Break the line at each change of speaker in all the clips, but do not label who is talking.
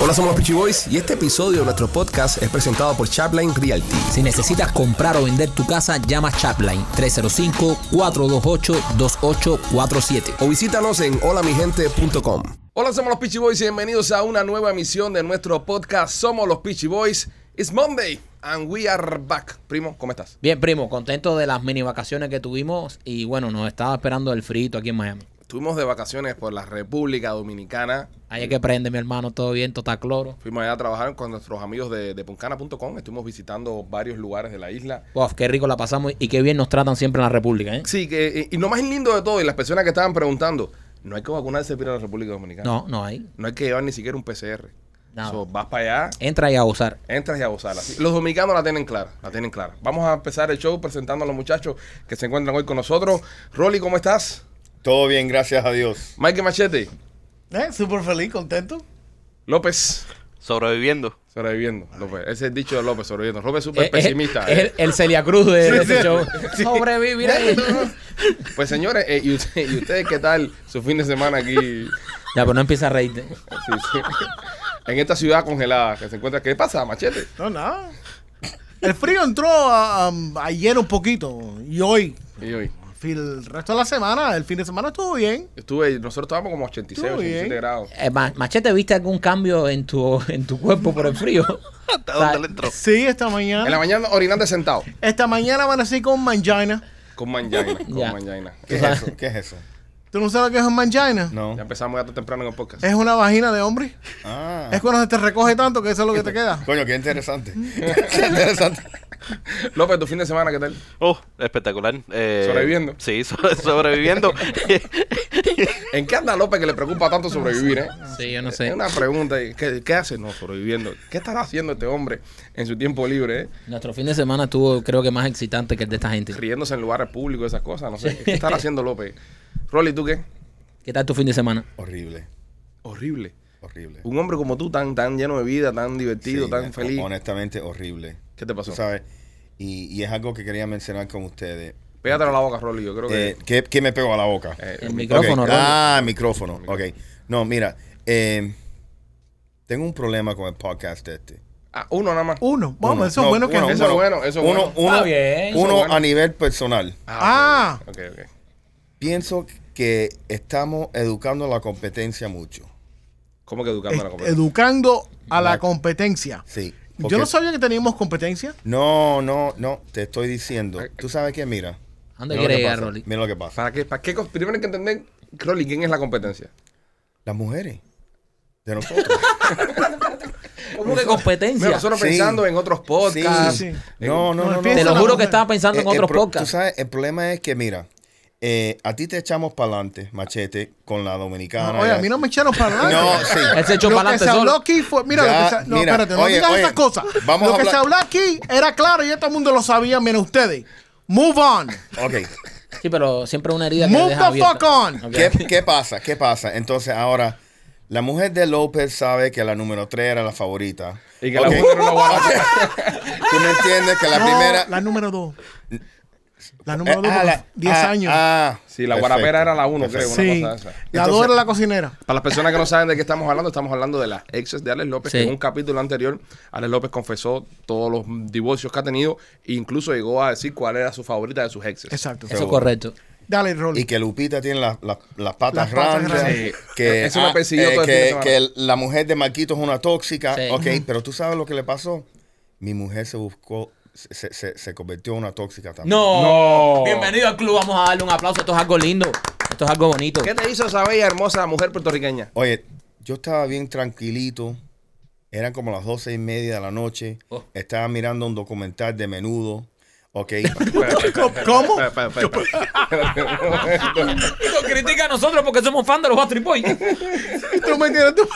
Hola, somos los Peachy Boys y este episodio de nuestro podcast es presentado por Chapline Realty.
Si necesitas comprar o vender tu casa, llama Chapline 305-428-2847.
O visítanos en holamigente.com. Hola, somos los Peachy Boys y bienvenidos a una nueva emisión de nuestro podcast. Somos los Peachy Boys. It's Monday and we are back. Primo, ¿cómo estás?
Bien, primo, contento de las mini vacaciones que tuvimos y bueno, nos estaba esperando el frito aquí en Miami.
Estuvimos de vacaciones por la República Dominicana.
Ahí es que prende, mi hermano, todo bien, total cloro.
Fuimos allá a trabajar con nuestros amigos de, de puncana.com. Estuvimos visitando varios lugares de la isla.
Wow, qué rico la pasamos y qué bien nos tratan siempre en la República, ¿eh?
Sí, que, y, y lo más lindo de todo, y las personas que estaban preguntando, no hay que vacunarse para ir a la República Dominicana.
No, no hay.
No hay que llevar ni siquiera un PCR.
Nada.
So, vas para allá,
Entra y a gozar.
entras y a gozarla. Sí, Los dominicanos la tienen clara, la tienen clara. Vamos a empezar el show presentando a los muchachos que se encuentran hoy con nosotros. Rolly, ¿cómo estás?
Todo bien, gracias a Dios.
Mike Machete,
Eh, súper feliz, contento.
López,
Sobreviviendo.
sobreviviendo. López, ese es el dicho de López, sobreviviendo. López es súper
Es- es-
pesimista.
Es,
eh.
el- el Celia Cruz de, de este
sí.
show. Sobrevivir ahí.
Pues señores, eh, y, usted- ¿y ustedes qué tal su fin de semana aquí?
Ya, pero no empieza a reírte.
Sí, sí. En esta ciudad congelada que se encuentra. ¿Qué pasa, Machete?
No, nada. El frío entró a- a- ayer un poquito y hoy.
Y hoy.
El resto de la semana, el fin de semana estuvo bien.
Estuve, nosotros estábamos como 86,
Estuvo bien.
87 grados.
Eh, Ma- Machete, ¿viste algún cambio en tu, en tu cuerpo por el frío?
¿Hasta
O sea,
dónde le entró?
Sí, esta
En la
mañana.
mañana orinando sentado.
Esta mañana amanecí con mangina.
Con manjaina, con
Ya.
manjaina.
¿Qué es eso? ¿Qué es eso?
¿Tú no sabes lo que es un mangina?
No.
Ya empezamos ya temprano en el podcast.
Es una vagina de hombre.
Ah.
Es cuando se te recoge tanto que eso es lo que te queda.
Coño, qué interesante. qué interesante.
López, tu fin de semana, ¿qué tal?
Oh, espectacular. Eh,
Sobreviviendo.
Sí, so- sobreviviendo.
¿En qué anda López que le preocupa tanto sobrevivir, eh?
Sí, yo no
Es
sé.
una pregunta. ¿y ¿Qué, ¿Qué hace? No, sobreviviendo. ¿Qué estará haciendo este hombre en su tiempo libre, eh?
Nuestro fin de semana estuvo, creo que más excitante que el de esta gente.
Riéndose en lugares públicos, esas cosas. No sé. ¿Qué estará haciendo López? Rolly, ¿tú qué?
¿Qué tal tu fin de semana?
Horrible,
Horrible.
horrible.
Un hombre como tú, tan, tan lleno de vida, tan divertido,
Sí,
tan
eh,
feliz.
Honestamente, horrible.
¿Qué te pasó?
Tú sabes, y, y es algo que quería mencionar con ustedes.
Pégatelo a la boca, Rolly. Yo creo que.
Eh, ¿qué, qué me pego a la boca?
eh,
El micrófono,
Ok.
Rolly.
Ah, micrófono. Ok. No, mira. eh, tengo un problema con el podcast este.
ah, uno nada más.
Uno. Vamos,
Uno.
eso es
No,
bueno que
bueno,
es.
eso es bueno, eso es
uno,
bueno.
uno,
Está bien, eso
uno
es bueno.
a nivel personal.
Ah.
Ok, ok. ok.
Pienso que estamos educando a la competencia mucho.
¿Cómo que educando a la competencia?
Educando a la
La-
competencia.
Sí.
Yo no
porque-
sabía que teníamos competencia.
No, no, no, te estoy diciendo. Tú sabes que mira.
¿A dónde
Mira lo
quiere
que
llegar,
pasa,
Rolly?
Mira lo que pasa.
¿Para qué? ¿Para qué? cos- Primero hay que entender, Rolly, ¿quién es la competencia?
Las mujeres. De nosotros.
¿Cómo que
Mira,
competencia?
nosotros
Sí.
pensando en otros podcasts.
Sí, sí.
en-
No, no,
No,
no. no.
Te
piensa
lo
la
juro
mujer.
que estaba pensando
Eh,
en
el
otros
pro- Tú
podcasts.
sabes, el problema es que mira, eh, a ti te echamos para adelante, machete, con la dominicana.
Oye,
ya.
a mí no me echaron para nada.
No, sí.
Él se echó
lo
para adelante
que se habló
solo.
aquí fue. Mira,
Ya,
lo que se, no,
mira,
espérate, no
oye,
digas
oye,
esas cosas.
vamos
lo
a
que se
hablar-
habló aquí era claro y todo el mundo lo sabía, menos ustedes. Move on.
Ok.
Sí, pero siempre una herida que
Move
deja
the
abierta.
fuck on.
Ok.
¿Qué, qué pasa? ¿Qué pasa? Entonces ahora, la mujer de López sabe que la número 3 era la favorita.
Y que
Ok.
la mujer no va a-
Tú no entiendes que la
No,
primera.
La número dos. La
Eh,
número dos,
ah,
por
la-
10
ah,
años.
ah,
Sí, la
perfecto,
guarapera era la uno, creo,
perfecto.
una
sí.
cosa esa.
La
Entonces-
dos era la cocinera.
Para las personas que no saben de qué estamos hablando, estamos hablando de las exes de Alex López.
Sí.
que en un capítulo anterior, Alex López confesó todos los divorcios que ha tenido e incluso llegó a decir cuál era su favorita de sus exes.
Exacto.
Eso es correcto.
Dale, Rolly.
Y que Lupita tiene las- las- las patas
Las patas
grandes.
grandes. Sí. E-,
Que, ah, eh,
Eso me persiguió todo el fin de
que,
semana.
que la mujer de Marquito es una tóxica.
Sí.
Ok, pero tú sabes lo que le pasó. Mi mujer se buscó, se, se- se convirtió en una tóxica también.
No.
No.
Bienvenido al club. Vamos a darle un aplauso. Esto es algo lindo. Esto es algo bonito.
¿Qué te hizo esa bella, hermosa mujer puertorriqueña?
Oye, yo estaba bien tranquilito. Eran como las doce y media de la noche.
Oh.
Estaba mirando un documental de menudo. Ok.
¿Cómo?
Espera, espera, espera, espera.
Nos critica a nosotros porque somos fan de los Battery Boys.
Tú me entiendes, tú-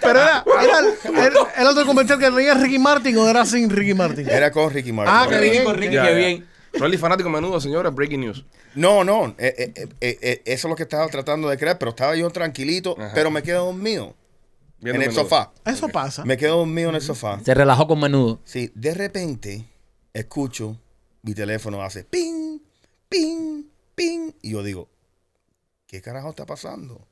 Pero era, era, era- era el documental que leía Ricky Martin o era sin Ricky Martin.
Era con Ricky Martin.
Ah,
Ok.
qué bien.
Ricky, Ricky,
Ya,
qué
ya.
bien.
Rolly fanático menudo, señores, breaking news.
No, no, eh, eh, eh, eh, eh, eso es lo que estaba tratando de crear, pero estaba yo tranquilito, pero me quedé dormido
Viendo
en el
Menudo.
sofá.
Eso pasa.
Me quedo dormido en el sofá.
Se relajó con menudo.
Sí, de repente escucho mi teléfono hace ping, ping, ping. Y yo digo, ¿qué carajo está pasando?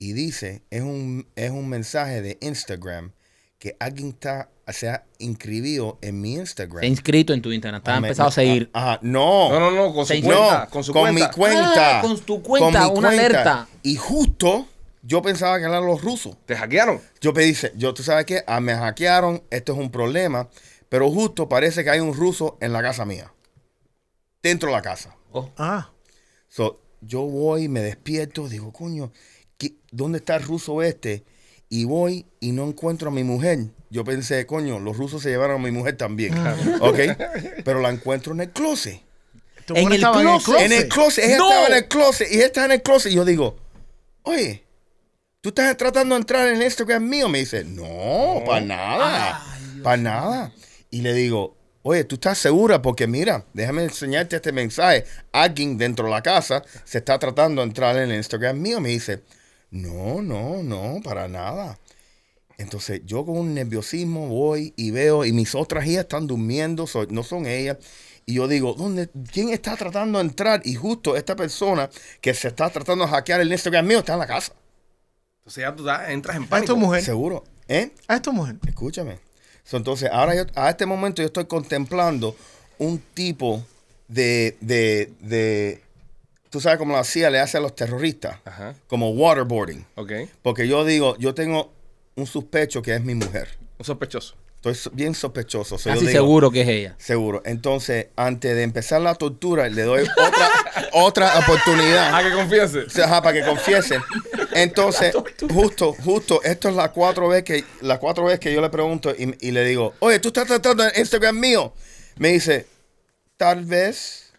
Y dice, es un, es un mensaje de Instagram que alguien está, se ha inscribido en mi Instagram. Ah,
Se ha inscrito en tu Instagram. Estaba empezado a seguir.
Ajá, ah, no.
No, no, no, con su
Seis-
cuenta.
No,
con su
mi
cuenta.
cuenta.
Ah, con tu cuenta, una alerta.
Y justo yo pensaba que eran los rusos.
Te hackearon.
Yo pedí, se- yo, tú sabes qué, ah, me hackearon, esto es un problema, pero justo parece que hay un ruso en la casa mía. Dentro de la casa.
Ah,
So, yo voy, me despierto, digo, coño, ¿qué- ¿dónde está el ruso este? Y voy y no encuentro a mi mujer. Yo pensé, coño, los rusos se llevaron a mi mujer también. ¿Ok? Pero la encuentro en el closet.
tu
En
mujer
el
Este estaba
closet.
En el closet. Ella estaba en el closet. Y ella estaba en el closet. Y yo digo, oye, ¿tú estás tratando de entrar en el Instagram mío? Me dice, no, para nada. para nada. Y le digo, oye, ¿tú estás segura? Porque mira, déjame enseñarte este mensaje. Alguien dentro de la casa se está tratando de entrar en el Instagram mío. Me dice, no, no, no, para nada. Entonces yo con un nerviosismo voy y veo y mis otras hijas están durmiendo, so- no son ellas. Y yo digo, ¿dónde, ¿quién está tratando de entrar? Y justo esta persona que se está tratando de hackear el Instagram mío está en la casa.
Entonces ya tú da- entras en
Ah, es tu
pánico.
mujer.
Seguro. ¿Eh?
Ah, es tu mujer.
Escúchame. So, entonces, ahora yo, a este momento yo estoy contemplando un tipo de, de, de- tú sabes cómo la CIA le hace a los terroristas,
Ajá.
como waterboarding.
Ok.
Porque yo digo, yo tengo un sospecho que es mi mujer.
Un sospechoso.
Estoy so- bien sospechoso. So, yo
Casi
digo,
seguro que es ella.
Seguro. Entonces, antes de empezar la tortura, le doy otra, otra oportunidad.
Ah, que confiese.
Sí, Ajá, para que confiese. Entonces, justo, justo, esto es la cuatro veces que, la cuatro veces que yo le pregunto y, y le digo, oye, ¿tú estás tratando el Instagram mío? Me dice, tal vez.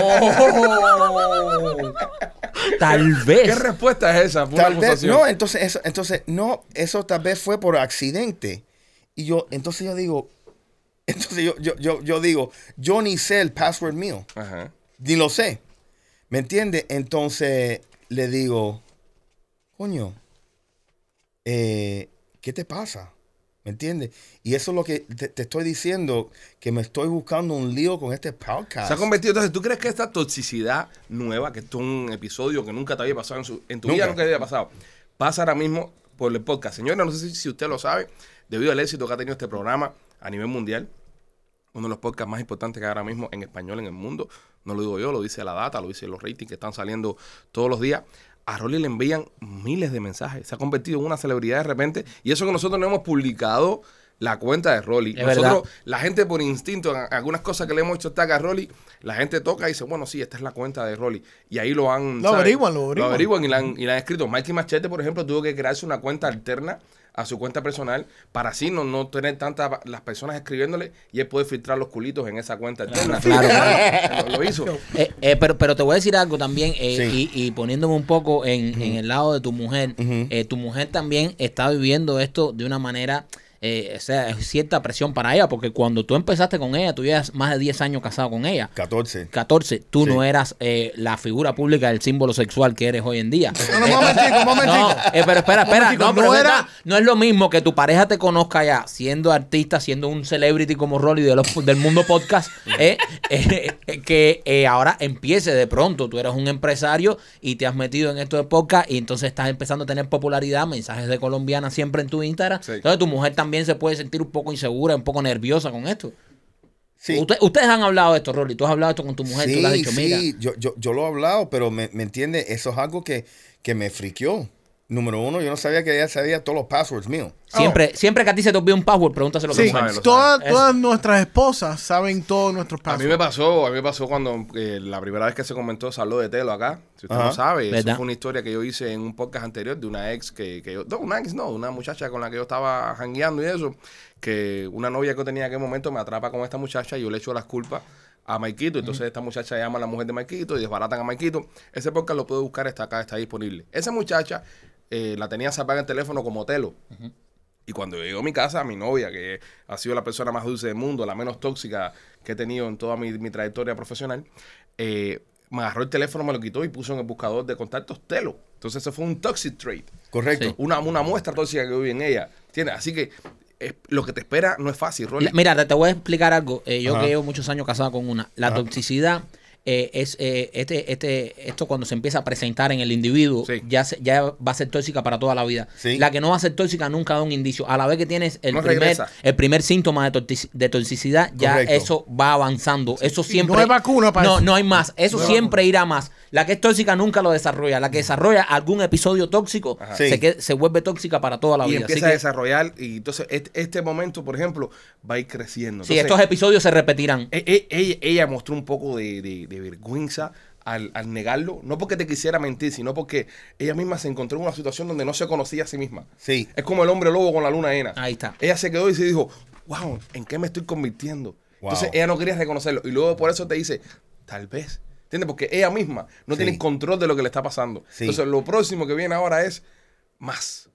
Oh. Tal
¿Qué
vez.
respuesta es esa? Fue una
Tal vez.
acusación.
No, entonces eso, entonces, no, eso tal vez fue por accidente. Y yo, entonces yo digo, entonces yo, yo, yo, yo digo, yo ni sé el password mío.
Ajá.
Ni lo sé. ¿Me entiendes? Entonces le digo, coño, eh, ¿qué te pasa? ¿Me entiendes? Y eso es lo que te, te estoy diciendo, que me estoy buscando un lío con este podcast.
Se ha convertido. Entonces, ¿tú crees que esta toxicidad nueva, que esto es un episodio que nunca te había pasado en, su- en tu vida,
Nunca.
nunca había pasado, pasa ahora mismo por el podcast? Señora, no sé si, si usted lo sabe, debido al éxito que ha tenido este programa a nivel mundial, uno de los podcasts más importantes que hay ahora mismo en español en el mundo. No lo digo yo, lo dice la data, lo dice los ratings que están saliendo todos los días. A Rolly le envían miles de mensajes. Se ha convertido en una celebridad de repente. Y eso que nosotros no hemos publicado la cuenta de Rolly.
Es
nosotros,
verdad.
la gente por instinto, en algunas cosas que le hemos hecho tag a Rolly, la gente toca y dice, bueno, sí, esta es la cuenta de Rolly. Y ahí lo han...
Lo
¿sabes?
averiguan, lo averiguan.
y la han, y la han escrito. Mikey Machete, por ejemplo, tuvo que crearse una cuenta alterna a su cuenta personal para así no, no tener tantas pa- las personas escribiéndole y él puede filtrar los culitos en esa cuenta alterna.
claro,
Lo, lo hizo.
Eh, eh, pero, pero te voy a decir algo también, eh,
Sí.
y, y poniéndome un poco en, en el lado de tu mujer, eh, tu mujer también está viviendo esto de una manera, eh, o sea, es cierta presión para ella, porque cuando tú empezaste con ella, tú llevas más de 10 años casado con ella.
14.
14, tú
Sí.
no eras eh, la figura pública del símbolo sexual que eres hoy en día.
No, no, momentico, momentico.
No, eh, pero espera, espera.
Momentico,
No, pero
no
es
era-
verdad, no es lo mismo que tu pareja te conozca ya siendo artista, siendo un celebrity como Rolly de los- del mundo podcast, eh, eh, eh, que eh, ahora empiece de pronto. Tú eres un empresario y te has metido en esto de podcast y entonces estás empezando a tener popularidad, mensajes de colombiana siempre en tu Instagram.
Sí.
Entonces tu mujer también se puede sentir un poco insegura, un poco nerviosa con esto.
Sí.
Usted- ustedes han hablado de esto, Rolly. Tú has hablado esto con tu mujer. tú le has
Sí,
dicho,
sí,
mira.
Yo, yo, yo lo he hablado, pero me, me entiende, eso es algo que, que me friqueó. Número uno, yo no sabía que ella sabía todos los passwords míos.
Siempre, siempre que a ti se te olvida un password, pregúntaselo a tu
Sí,
mujer.
sabe, lo
todas,
sabe.
todas nuestras esposas saben todos nuestros
A mí
pasos.
me pasó, a mí me pasó cuando eh, la primera vez que se comentó se habló de Telo acá. Si usted
Ajá.
no sabe, eso
¿Verdad?
fue una historia que yo hice en un podcast anterior de una ex que, que yo, no, una ex no, una muchacha con la que yo estaba jangueando y eso, que una novia que yo tenía en aquel momento me atrapa con esta muchacha y yo le echo las culpas a Maikito. Entonces esta muchacha llama a la mujer de Maikito y desbaratan a Maikito. Ese podcast lo puede buscar, está acá, está disponible. Esa muchacha eh, la tenía zapada en el teléfono como Telo. Y cuando yo llego a mi casa, mi novia, que ha sido la persona más dulce del mundo, la menos tóxica que he tenido en toda mi, mi trayectoria profesional, eh, me agarró el teléfono, me lo quitó y puso en el buscador de contactos Telo. Entonces, eso fue un toxic trait.
Correcto.
Una, una muestra tóxica que vive en ella. ¿Entiendes? Así que eh, lo que te espera no es fácil, Rolly.
La- Mira, te- te voy a explicar algo. Eh, yo
Ajá.
que llevo muchos años casado con una. La toxicidad eh, es, eh, este, este, esto cuando se empieza a presentar en el individuo,
Sí.
ya, se- ya va a ser tóxica para toda la vida.
Sí.
La que no va a ser tóxica nunca da un indicio. A la vez que tienes el,
No
primer,
regresa.
el primer síntoma de, toxic- de toxicidad, ya
Correcto.
eso va avanzando. Eso siempre.
no hay vacuna para
no,
eso.
No hay más. Eso siempre irá más. La que es tóxica nunca lo desarrolla. La que desarrolla algún episodio tóxico
Ajá.
Sí.
se, que- se vuelve tóxica para toda la
y
vida. Así
empieza a
que-
desarrollar. Y entonces et- este, momento, por ejemplo, va a ir creciendo.
Sí,
Entonces,
estos episodios se repetirán.
e- e- ella, ella mostró un poco de, de- de vergüenza al, al negarlo. No porque te quisiera mentir, sino porque ella misma se encontró en una situación donde no se conocía a sí misma.
Sí.
Es como el hombre lobo con la luna llena.
Ahí está.
Ella se quedó y se dijo, wow, ¿en qué me estoy convirtiendo?
Wow.
Entonces ella no quería reconocerlo. Y luego por eso te dice, tal vez. ¿Entiendes? Porque ella misma no
Sí.
tiene el control de lo que le está pasando.
Sí.
Entonces lo próximo que viene ahora es más.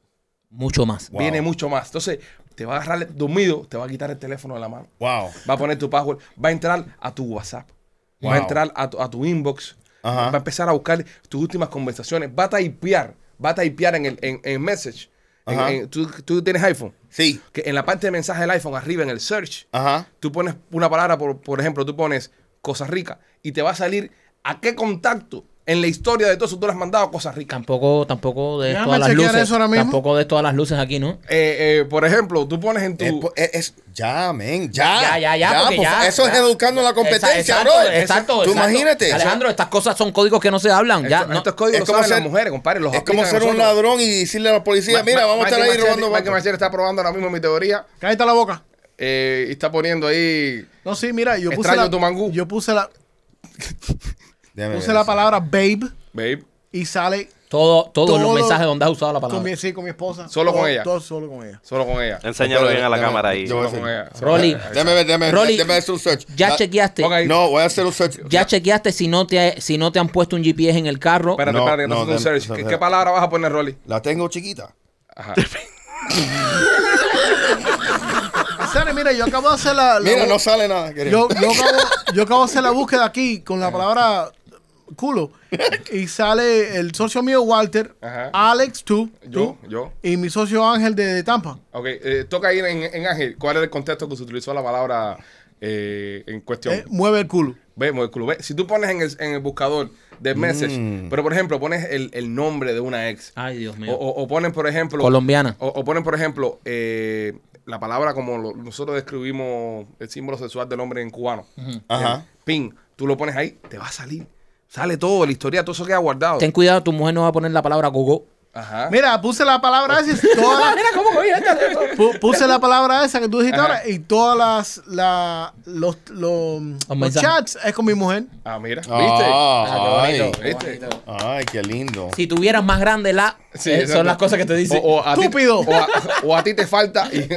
Mucho más.
Wow.
Viene mucho más. Entonces te va a agarrar dormido, te va a quitar el teléfono de la mano.
Wow.
Va a poner tu password, va a entrar a tu WhatsApp, va a
Wow.
entrar a tu, a tu inbox,
Ajá.
va a empezar a buscar tus últimas conversaciones, va a typear, va a typear en el en, en message. En-
Ajá.
en- tú, tú tienes iPhone,
Sí.
que en la parte de mensaje del iPhone, arriba en el search,
Ajá.
tú pones una palabra, por, por ejemplo, tú pones Costa Rica y te va a salir a qué contacto en la historia de todo eso tú le has mandado a Costa Rica.
Tampoco, tampoco de
Déjame
todas las
chequear
luces.
eso ahora mismo.
Tampoco de todas las luces aquí, ¿no?
Eh, eh, por ejemplo, tú pones en tu...
Es po- es- es- ya, men, ya.
Ya, ya, ya, porque
por
ya,
fa- eso es
ya.
educando la competencia,
Exacto,
brother.
exacto,
Tú
exacto.
imagínate.
Alejandro, estas cosas son códigos que no se hablan. Ya,
Esto-
no.
estos códigos
es
los
como
saben
ser-
las mujeres, compadre, los
es como
aplican a
ser un
nosotros.
ladrón y decirle a la policía,
Ma-
mira,
ma-
vamos a estar
Michael
ahí robando
Machete- Michael
bancos".
Machete está probando ahora mismo mi teoría
Cállate la boca.
eh, y está poniendo ahí.
No, sí, mira, yo puse
Extraño
la,
tu mangú.
Yo puse la,
Déjame
puse
ver
la
eso.
palabra babe
Babe.
y sale
Todo, todos los
Todo-
mensajes donde has usado la
con mi,
palabra.
sí, con mi esposa.
Solo con
Todo-
ella.
Todo solo con ella.
Solo con ella.
Enséñalo bien a la
Déjame-
cámara ahí.
yo voy a
Solo con
hacer-
ella. Solo
Rolly,
con ella.
Déjame ver, déjame ver,
Rolly,
déjame hacer un search.
ya
La-
chequeaste.
Ponga ahí.
No, voy a hacer un search.
Ya chequeaste si no, te, si no te han puesto un GPS en el carro.
Espérate,
No,
espérate,
no,
no,
déjame-
search. ¿Qué,
déjame-
qué palabra vas a poner, Rolly?
La tengo chiquita.
Ajá.
Ah, Sale, mira, yo acabo de hacer la. la
Mira,
bu-
no sale nada.
yo,
querido.
yo acabo, yo acabo de hacer la búsqueda aquí con la palabra culo. Y sale el socio mío, Walter,
Ajá.
Alex, tú,
Yo,
tú,
yo.
y mi socio Ángel de, de Tampa.
Ok, eh, toca ahí en, en Ángel. ¿Cuál era el contexto que se utilizó la palabra eh, en cuestión?
Eh, mueve el culo.
Vemos el club. Ve, Si tú pones en el, en el buscador de message, pero por ejemplo, pones el, el nombre de una ex.
Ay, Dios mío.
O, o- o ponen, por ejemplo.
Colombiana.
O, o ponen, por ejemplo, eh, la palabra como lo- nosotros describimos el símbolo sexual del hombre en cubano. Ah.
Ajá.
Pin. Tú lo pones ahí, te va a salir. Sale todo, la historia, todo eso queda guardado.
Ten cuidado, tu mujer no va a poner la palabra gogo.
Ajá.
Mira, puse la palabra esa. y toda-
cómo
este pu- puse la palabra esa que tú dijiste
Ajá.
ahora y todas las. la- los, los, los
mensajes.
chats es con mi mujer.
Ah, mira. ¿Viste?
Ah, ay,
¿Viste?
ay, qué lindo.
Si tuvieras más grande la,
Sí,
eh,
exacto.
son las cosas que te dicen.
O, o a ti-
Estúpido.
o, a, o a ti te falta. y-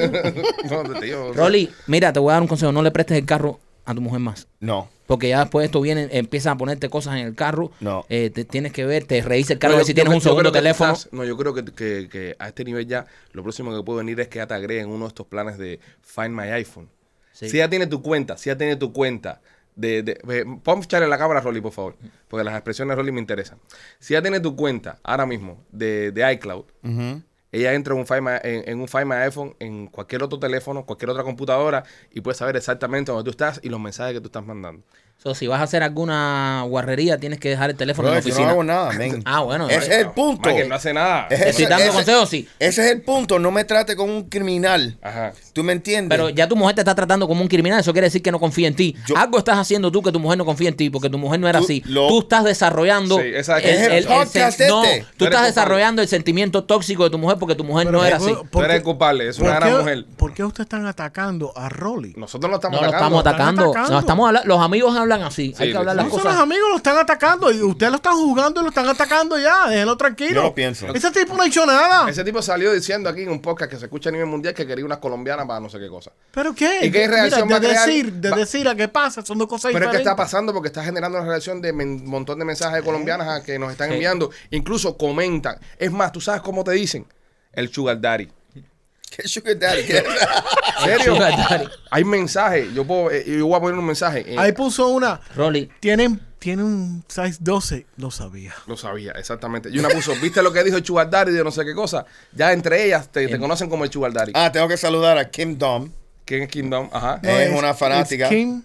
no, te digo.
Rolly, mira, te voy a dar un consejo. No le prestes el carro a tu mujer más.
No.
Porque ya después esto viene, empiezan a ponerte cosas en el carro.
No.
Eh, te tienes que ver, te revisa el
No,
carro a
yo-
ver si
yo
tienes
cre-
un
yo
segundo
creo que
teléfono.
quizás- no, yo creo que, que- que a este nivel ya lo próximo que puede venir es que ya te agreguen uno de estos planes de Find My iPhone.
Sí.
Si ya tiene tu cuenta, si ya tiene tu cuenta. De, de, ve, pon echarle la cámara a Rolly, por favor, porque las expresiones de Rolly me interesan. Si ya tiene tu cuenta ahora mismo de, de iCloud,
Ujú.
ella entra en un, Find My- en, en un Find My iPhone, en cualquier otro teléfono, cualquier otra computadora y puedes saber exactamente dónde tú estás y los mensajes que tú estás mandando.
So, si vas a hacer alguna guarrería, tienes que dejar el teléfono en
Brother,
la
yo no
oficina.
hago nada, men.
Ah, bueno.
Ese es el punto. Eh.
que no hace nada.
Es
Te estoy
ese-
dando
ese-
consejos, sí.
Ese es el punto. No me trate como un criminal.
Ajá.
¿Tú me entiendes?
Pero ya tu mujer te está tratando como un criminal, eso quiere decir que no confía en ti.
Yo-
Algo estás haciendo tú que tu mujer no confía en ti, porque tu mujer no era
Tú-
así.
lo-
Tú estás desarrollando.
Sí, exacto.
Es el podcast
sen- No,
este.
Tú
tú
eres
estás
culpable.
desarrollando el sentimiento tóxico de tu mujer porque tu mujer
Pero
no era
¿por-
así.
Tú
por
eres
qué-
el culpable, es
¿Por
una gran
qué-
mujer.
¿Por qué ustedes están atacando a Rolly?
Nosotros lo estamos
No lo
atacando.
estamos atacando.
atacando.
No, estamos habla- los amigos hablan así. Hay que
sí,
hablar
sí.
las
No son los
cosas.
amigos, lo están atacando. Y ustedes lo están jugando y lo están atacando ya. Déjenlo tranquilo.
Yo lo pienso.
Ese tipo no ha hecho
Ah.
nada.
Ese tipo salió diciendo aquí en un podcast que se escucha a nivel mundial que quería unas colombianas para no sé qué cosa.
¿Pero qué?
¿Y qué reacción
Mira, de
va a crear?
decir, de
Va-
decir a qué pasa, son dos cosas
Pero es que
diferentes.
está pasando porque está generando una relación de un montón de mensajes
Eh.
de colombianas a que nos están enviando. Incluso comentan. Es más, ¿tú sabes cómo te dicen? El sugar daddy.
¿Qué sugar daddy? ¿Qué-
¿En serio?
Sugar daddy.
Hay mensajes. Yo puedo, eh, yo voy a poner un mensaje. eh,
Ahí puso una.
Rolly,
Tienen, tienen un size 12. Lo sabía.
Lo sabía, exactamente. Y una puso, ¿viste lo que dijo el sugar daddy de no sé qué cosa? Ya entre ellas te,
Eh.
te conocen como el sugar daddy.
Ah, tengo que saludar a Kim Dom.
Eh.
¿Quién es Kingdom? Ajá.
Es una fanática.
Kim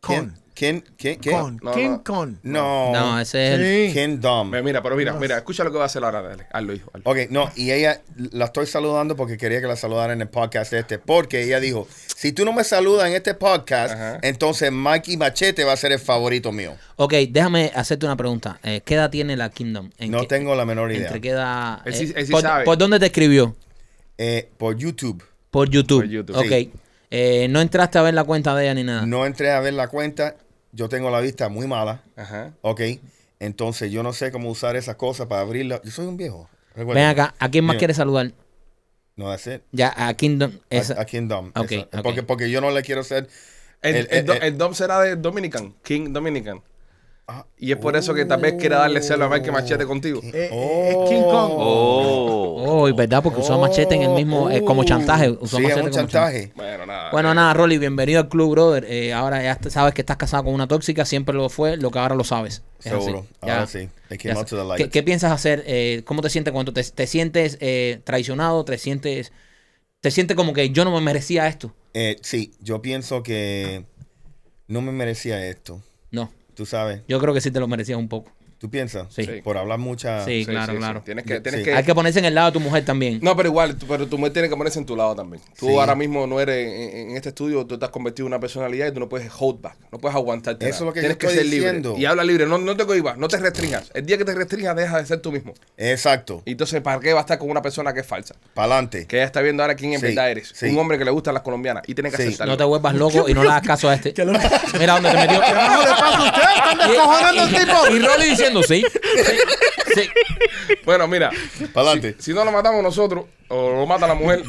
¿Quién?
Con.
Ken, Ken, Ken.
Con,
No,
King
no.
Con.
No.
No, ese es el.
Sí.
Ken Dom.
Mira, Mira, pero mira, mira, escucha lo que va a hacer ahora, dale. Hazlo, hijo. hazlo.
Ok, no, y ella la estoy saludando porque quería que la saludara en el podcast este, porque ella dijo, si tú no me saludas en este podcast,
Ajá.
entonces Mikey Machete va a ser el favorito mío.
Ok, déjame hacerte una pregunta. Eh, ¿Qué edad tiene la Kingdom? ¿En
No
qué-
tengo la menor idea.
¿Entre qué edad?
Él sí-
eh,
él sí
por,
sabe.
por dónde te escribió?
Eh, por YouTube.
Por YouTube.
Por YouTube.
Ok.
Sí.
Eh, no entraste a ver la cuenta de ella ni nada.
No entré a ver la cuenta, yo tengo la vista muy mala,
Ajá.
ok, entonces yo no sé cómo usar esas cosas para abrirla. Yo soy un viejo. recuerda.
Ven acá, ¿a quién más
Dime.
quieres saludar?
No, that's it.
Ya, a Kingdom. esa-
A, a King Dom.
Ok,
Eso.
ok.
Porque, porque yo no le quiero ser...
El,
El- eh,
el do-
el-
el Dom será de Dominican, King Dominican.
Ah,
Y es por eso que tal vez quiera darle celo a Mike Machete contigo.
Eh, eh,
Oh.
King Kong.
Oh.
Oh, es verdad, porque usó machete en el mismo, eh, como chantaje. Usó
uh. Sí, es
machete
un
como chantaje.
chantaje.
Bueno, nada.
Bueno, nada, Rolly, bienvenido al club, brother. Eh, ahora ya te- sabes que estás casado con una tóxica, siempre lo fue, lo que ahora lo sabes. Es así.
Seguro.
Ya.
Ahora sí. It
Ya
came out
sé.
to the light.
¿Qué, qué piensas hacer? Eh, ¿Cómo te sientes cuando te, te sientes eh, traicionado? ¿Te sientes, ¿Te sientes como que yo no me merecía esto?
Eh, sí, yo pienso que no me merecía esto.
No,
Tú sabes,
yo creo que sí te lo merecías un poco.
tú piensas.
Sí.
Por hablar mucha.
Sí, claro, claro.
Tienes que, tienes
Sí.
que,
Hay que ponerse en el lado de tu mujer también.
No, pero igual, tú- pero tu mujer tiene que ponerse en tu lado también. Tú
Sí.
ahora mismo no eres, en, en este estudio, tú te has convertido en una personalidad y tú no puedes hold back, no puedes aguantarte.
Eso es
nada.
lo que yo
Tienes
estoy
ser
diciendo.
libre. Y habla libre, no, no te cohibas, no te restringas. El día que te restringas, deja de ser tú mismo.
Exacto.
Y Entonces, ¿para qué va a estar con una persona que es falsa?
Para adelante.
Que ella está viendo ahora quién en
Sí,
verdad eres.
sí.
Un hombre que le gustan las colombianas y tiene que
Sí.
aceptarlo.
No te vuelvas loco y no le hagas caso a este. Mira dónde te metió.
¿Cómo le pasa a ustedes? Están
Y-
descojonando el
y, y
tipo.
Rolly diciendo sí. Sí. sí.
Bueno, mira,
Para adelante.
si no lo matamos nosotros o lo mata la mujer,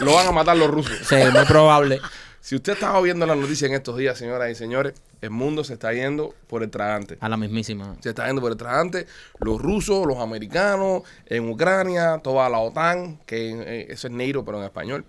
lo van a matar los rusos.
Sí, muy probable.
Si usted estaba viendo las noticias en estos días, señoras y señores, el mundo se está yendo por el tragante.
A la mismísima.
Se está yendo por el tragante. Los rusos, los americanos, en Ucrania, toda la OTAN, que eh, eso es negro, pero en español.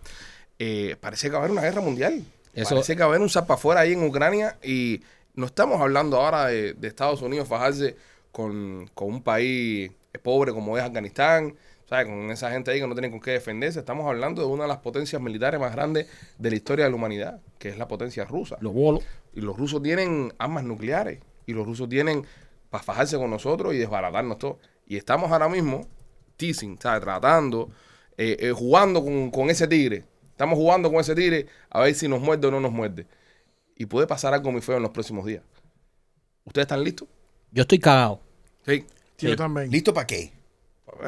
Eh, parece que va a haber una guerra mundial.
Eso-
Parece que va a haber un zapafuera ahí en Ucrania. Y no estamos hablando ahora de, de Estados Unidos fajarse con, con un país eh, pobre como es Afganistán. ¿sabes? Con esa gente ahí que no tiene con qué defenderse. Estamos hablando de una de las potencias militares más grandes de la historia de la humanidad, que es la potencia rusa.
Los bolos.
Y los rusos tienen armas nucleares. Y los rusos tienen para fajarse con nosotros y desbaratarnos todo. Y estamos ahora mismo teasing, ¿sabes? Tratando, eh, eh, jugando con, con ese tigre. Estamos jugando con ese tigre a ver si nos muerde o no nos muerde. Y puede pasar algo muy feo en los próximos días. ¿Ustedes están listos?
Yo estoy cagado.
Sí.
Yo también.
¿Listo para qué?
Eh,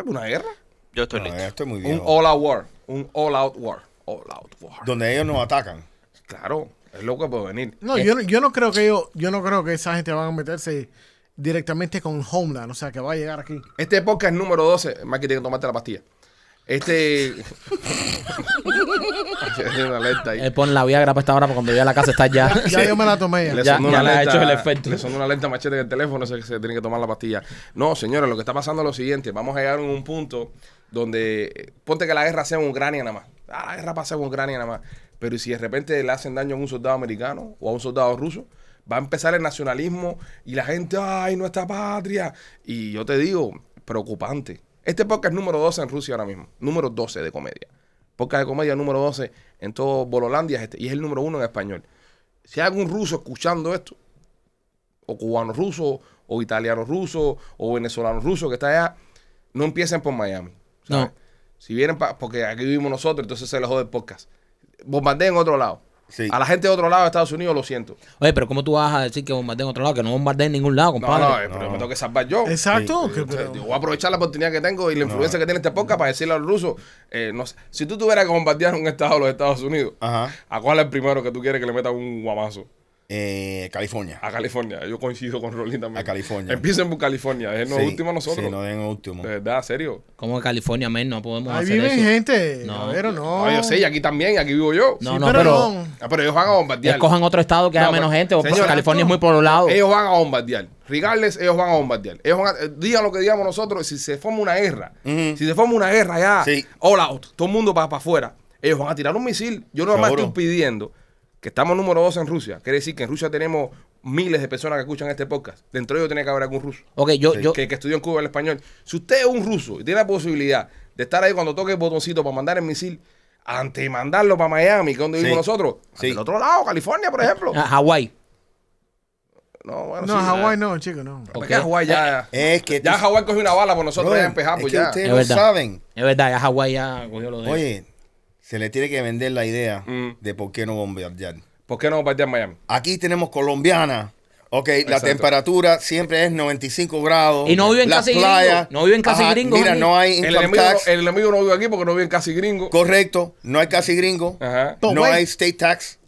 ¿Una guerra?
Yo estoy
No,
listo.
ya estoy muy
Un
bien.
all-out war. Un all-out war. All-out war.
Donde ellos nos atacan.
Claro, es lo que puede venir.
No, yo, no- yo no creo que yo, yo no creo que esa gente van a meterse directamente con Homeland, o sea, que va a llegar aquí.
Este podcast número 12, Maki tiene que tomarte la pastilla. Este. Hay una alerta ahí.
Eh, pon la Viagra para esta hora, porque cuando llegue a la casa está ya.
Ya yo me la tomé ya.
Le
Ya-
sonó
ya
una
le ha
alerta-
hecho el efecto.
Le sonó una alerta machete en el teléfono, se, se tiene que tomar la pastilla. No, señores, lo que está pasando es lo siguiente. Vamos a llegar a un punto donde... eh, Ponte que la guerra sea en Ucrania nada más. Ah, la guerra pasa en Ucrania nada más. Pero ¿y si de repente le hacen daño a un soldado americano o a un soldado ruso, va a empezar el nacionalismo y la gente, ay, nuestra patria. Y yo te digo, preocupante. Este podcast es número 12 en Rusia ahora mismo. Número 12 de comedia. Podcast de comedia número 12 en todo Bololandia es este. Y es el número uno en español. Si hay algún ruso escuchando esto, o cubanos rusos, o italianos rusos, o venezolanos rusos que está allá, no empiecen por Miami. ¿sabes?
No.
Si vienen, pa- porque aquí vivimos nosotros, entonces se les jode el podcast. Bombardeen otro lado.
Sí.
A la gente de otro lado de Estados Unidos lo siento.
Oye, pero ¿cómo tú vas a decir que bombardeen en otro lado? Que no bombardeen en ningún lado,
No, no,
compadre.
eh, pero me tengo que salvar yo.
Exacto. que-
Yo,
pero-
yo voy a aprovechar la oportunidad que tengo y la influencia que tiene este podcast para decirle a los rusos, eh, no sé, si tú tuvieras que bombardear un estado de los Estados Unidos,
Ajá.
¿a cuál es el primero que tú quieres que le meta un guamazo?
Eh, California.
A California. Yo coincido con Rolly también.
A California.
Empiecen por California. Es lo
Sí,
último a nosotros. Eh,
Sí, no den último.
De verdad, serio.
Como en California, men, no podemos
Ahí
hacer
viven
eso.
gente.
No.
No. Pero no.
No, yo sé, y aquí también, y aquí vivo yo.
No,
Sí,
no,
pero
pero,
no.
Ah, pero ellos van a bombardear.
escojan otro estado que
No,
haya menos
pero-
gente. o- pues
señora,
California
tú-
es muy poblado.
Ellos van a bombardear. Regardless, ellos van a bombardear. Ellos van a- eh, digan lo que digamos nosotros, si se forma una guerra,
Ujú.
si se forma una guerra ya,
Sí.
all out, todo el mundo para afuera, ellos van a tirar un misil. Yo nada más
Seguro.
estoy pidiendo que estamos número dos en Rusia. Quiere decir que en Rusia tenemos miles de personas que escuchan este podcast. Dentro de ellos tiene que haber algún ruso.
Ok, yo, yo,
que, que estudió en Cuba el español. Si usted es un ruso y tiene la posibilidad de estar ahí cuando toque el botoncito para mandar el misil, antes de mandarlo para Miami, que es donde
Sí.
vivimos nosotros,
Sí.
del otro lado, California, por ejemplo.
a Hawái.
No, bueno,
Ah. No,
sí. ah.
Hawái no, chico, no.
Porque Hawái ya.
Eh, Es que.
Ya
tú-
Hawái cogió una bala por nosotros
Brother,
ya empezamos
es que
ya.
ustedes
Es
no
verdad.
saben.
Es verdad, ya Hawái ya cogió lo de.
Oye, se le tiene que vender la idea
Mm.
de por qué no bombardear.
¿Por qué no partía en Miami?
Aquí tenemos colombiana. Ok, la
Exacto.
temperatura siempre es 95 grados.
Y no viven
Las
casi
playas-
gringos, no viven casi
Ajá,
gringos
Mira,
aquí.
no hay
El
income
enemigo,
tax.
no, el enemigo no vive aquí porque no viven casi gringo.
Correcto, no hay casi gringo.
Ajá.
Pero,
No
güey,
hay state tax.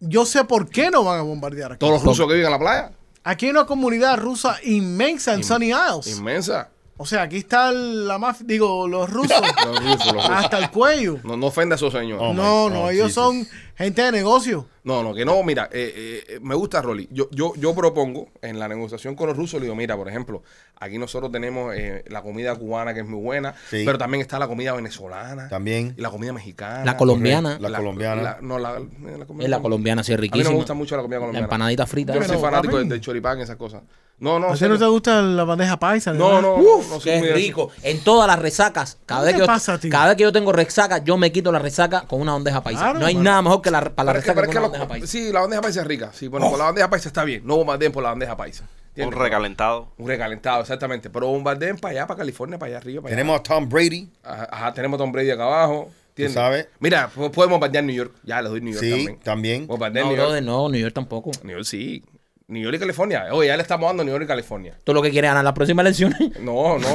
Yo sé por qué no van a bombardear aquí.
Todos los rusos que viven en la playa.
Aquí hay una comunidad rusa inmensa en Sunny Isles.
Inmensa.
O sea, aquí está la mafia, digo, los rusos
Los rusos, los rusos.
hasta el cuello.
No, no ofenda a esos señores.
Oh,
no,
my-
no,
oh,
ellos
Jesus.
son gente de negocio.
No, no, que no, mira, eh, eh, eh, me gusta Rolly. Yo, yo, yo propongo en la negociación con los rusos, le digo, mira, por ejemplo, aquí nosotros tenemos eh, la comida cubana que es muy buena,
Sí.
pero también está la comida
Ah.
venezolana.
También.
Y la comida mexicana.
La colombiana.
La colombiana.
la- no, la, eh, la comida
Es la colombiana, sí, es
A mí
riquísima.
no me gusta mucho la comida
La
colombiana.
empanadita frita.
Yo no
Pero,
soy fanático
papi.
del choripán y esas cosas. No, no,
¿A
en
usted no
serio.
te gusta la bandeja paisa? Uh, ni
no,
nada?
no,
Uf,
no soy
qué
muy de-
rico. En todas las resacas, cada
¿Qué
vez, que
te
yo,
pasa, tío?
cada vez que yo tengo resaca, yo me quito la resaca con una bandeja paisa.
Claro,
no hay
mano.
nada mejor que la, para la
Pero es que-
resaca
pero
que
es que
una
la-
bandeja paisa. Oh.
Sí, la bandeja paisa es rica. Sí, bueno, con la bandeja paisa está bien. No bombardeen por la bandeja paisa.
Un
¿Entiendes?
recalentado.
Un recalentado, exactamente. Pero bombardeen para allá, para California, para allá arriba. Para allá.
Tenemos a Tom Brady.
Ajá, ajá, tenemos a Tom Brady acá abajo. ¿Entiendes?
Tú sabes.
Mira, po- podemos bombardear New York. Ya les doy New York
Sí,
también.
también.
Bombardear
No,
New York.
brother, no, New York tampoco.
New York sí. New York y California. Oye, ya le estamos dando New York y California.
Tú lo que quieres ganar las próximas elecciones.
No, no.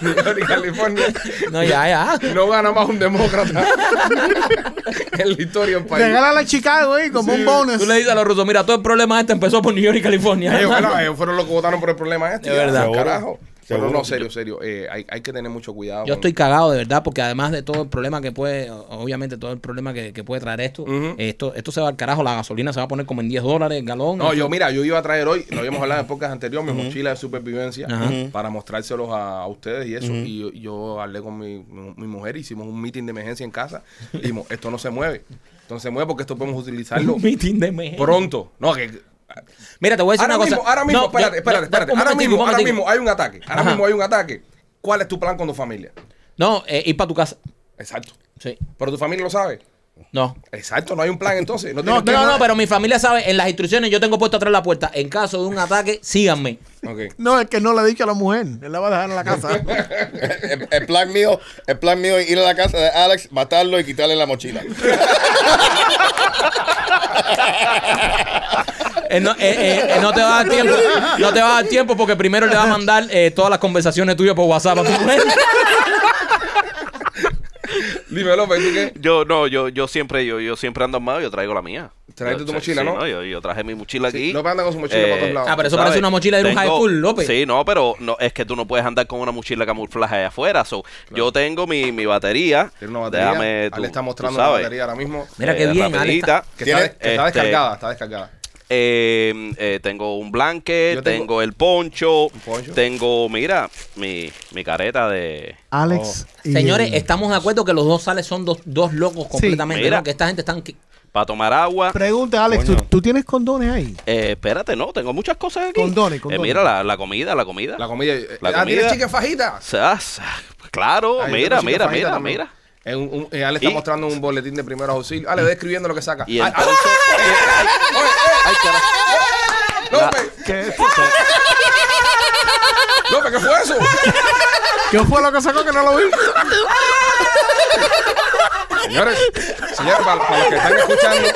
New York y California.
No, ya, ya.
No gana más un demócrata en la historia del país.
Regálala a Chicago, eh, como un bonus.
Tú le dices a los rusos, mira, todo el problema este empezó por New York y California.
Ellos, bueno, ellos fueron los que votaron por el problema este.
De
ya,
verdad.
Seguro.
Carajo. Pero
Seguro.
no, serio, serio. eh, hay, hay que tener mucho cuidado.
Yo
con-
estoy cagado de verdad, porque además de todo el problema que puede, obviamente todo el problema que, que puede traer esto,
Ujú.
esto, esto se va al carajo, la gasolina se va a poner como en 10 dólares el galón.
No, yo mira, yo iba a traer hoy, lo habíamos hablado en podcast anterior, mi mochila de supervivencia
Ajá.
para mostrárselos a, a ustedes y eso. Y yo, yo hablé con mi, mi- mi mujer, hicimos un meeting de emergencia en casa. Y dijimos, esto no se mueve. Esto no se mueve porque esto podemos utilizarlo
Un meeting de emergencia.
pronto. No, que
Mira, te voy a decir
ahora
una
mismo,
cosa.
ahora mismo,
No,
espérate,
yo-
espérate,
no,
espérate.
un
Ahora
momentico,
mismo,
un
ahora
momentico.
mismo hay un ataque. Ahora
Ajá.
mismo hay un ataque. ¿Cuál es tu plan con tu familia?
No, eh, ir para tu casa.
Exacto.
Sí.
Pero tu familia lo sabe.
No.
Exacto, no hay un plan entonces. No,
No,
tienes plan.
no, no, pero mi familia sabe, en las instrucciones yo tengo puesto atrás la puerta. En caso de un ataque, síganme.
Ok.
No, es que no le he dicho a la mujer. Él la va a dejar en la casa.
el, el plan mío, el plan mío es ir a la casa de Alex, matarlo y quitarle la mochila.
Eh, no, eh, eh, eh, no te va a dar tiempo. No te va a dar tiempo porque primero le va a mandar eh, todas las conversaciones tuyas por WhatsApp a tu mujer.
Dime, López, ¿tú qué?
Yo, no, yo, yo siempre, yo, yo siempre ando armado, yo traigo la mía.
Traete tu
Sí,
mochila,
sí,
¿no?
Yo, yo traje mi mochila
Sí,
aquí.
López anda con su mochila para todos lados.
Ah, pero eso
tú sabes,
parece una mochila de un high school, López.
Sí, no, pero no, es que tú no puedes andar con una mochila camuflaje allá afuera. So, Yo tengo mi, mi batería.
Tiene una batería.
Déjame,
Ah,
tú-
le está
tú
mostrando la
sabes, Eh,
batería ahora mismo.
Mira qué bien, Ale,
rapidita.
Que está,
Tiene-
que está
este,
descargada, está descargada.
Eh, eh, tengo un blanque,
Yo
tengo,
tengo-
el poncho,
poncho.
tengo, mira, mi, mi careta de...
Alex. y-
Señores, estamos de acuerdo que los dos sales son dos, dos locos completamente.
Mira.
¿no? Que esta gente están. que-
para tomar agua.
Pregunta, Alex, ¿tú,
Coño.
tú tienes condones ahí?
Eh, espérate, no, tengo muchas cosas aquí.
Condones,
Eh,
condones.
mira, la, la comida, la comida.
La comida. eh,
La
ah, tiene
comida.
chicken fajita.
Sas, Claro,
Ah, yo
mira,
tengo chicken
mira,
fajita
mira,
también.
mira.
Es un- un- eh, Ale está
Y-
mostrando un boletín de primeros auxilios. Ale, ve escribiendo lo que saca.
Y
Ah, ah,
entonces... Ay, carajo.
López,
¿Qué,
López, ¿qué fue eso?
fue lo que sacó que no lo vi?
señores, señores, para, para los que están escuchando,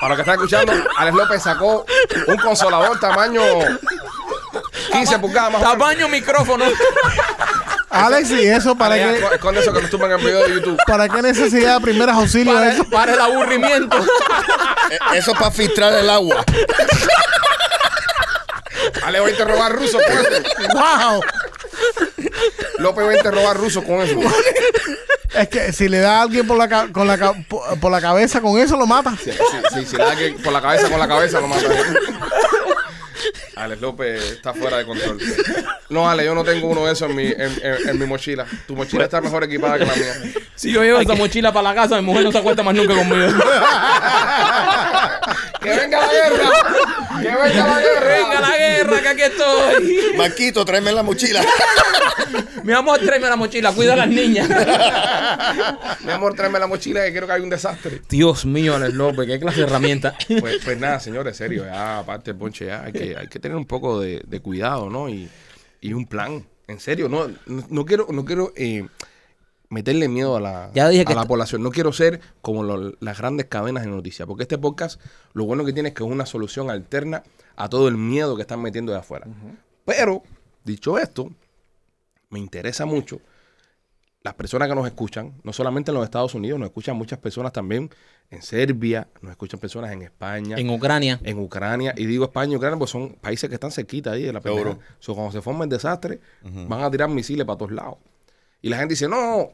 para los que están escuchando, Alex López sacó un consolador tamaño 15 pulgadas más o menos.
Tamaño micrófono.
Alex, ¿y eso para
Ale,
qué?
esconde- Esconde eso que nos tumban en el video de YouTube.
¿Para qué necesidad de primeros auxilios
para,
eso?
para el aburrimiento.
E- Eso es para filtrar el agua.
Ale va a interrogar ruso con eso.
¡Wow!
López va a interrogar ruso con eso.
Es que si le da a alguien por la, ca- con la, ca- por, por la cabeza con eso, lo mata.
Sí, sí, sí, si le da que por la cabeza, con la cabeza lo mata. Alex López está fuera de control. No, Ale, yo no tengo uno de esos en mi, en, en- en mi mochila. Tu mochila está mejor equipada que la mía.
si yo llevo esa mochila para la casa, mi mujer no se acuesta más nunca conmigo.
¡Que venga la guerra! ¡Que venga la guerra!
Venga la guerra, que aquí estoy.
Marquito, tráeme la mochila.
Mi amor, tráeme la mochila, cuida a las niñas.
Mi amor, tráeme la mochila que creo que hay un desastre.
Dios mío, Alex López, qué clase de herramienta.
Pues, pues nada, señores, serio, ya, aparte del ponche, ya, hay que, hay que tener un poco de, de cuidado, ¿no? Y, y un plan. En serio, no, no, no quiero, no quiero eh, meterle miedo a la,
Ya dije
a
que
la
está-
población. No quiero ser como lo- las grandes cadenas de noticias, porque este podcast, lo bueno que tiene es que es una solución alterna a todo el miedo que están metiendo de afuera. Pero, dicho esto, me interesa mucho las personas que nos escuchan, no solamente en los Estados Unidos, nos escuchan muchas personas también en Serbia, nos escuchan personas en España,
En Ucrania.
en Ucrania, y digo España y Ucrania porque son países que están cerquita ahí de la
Seguro.
pelea. cuando se forma el desastre, van a tirar misiles para todos lados. Y la gente dice, no,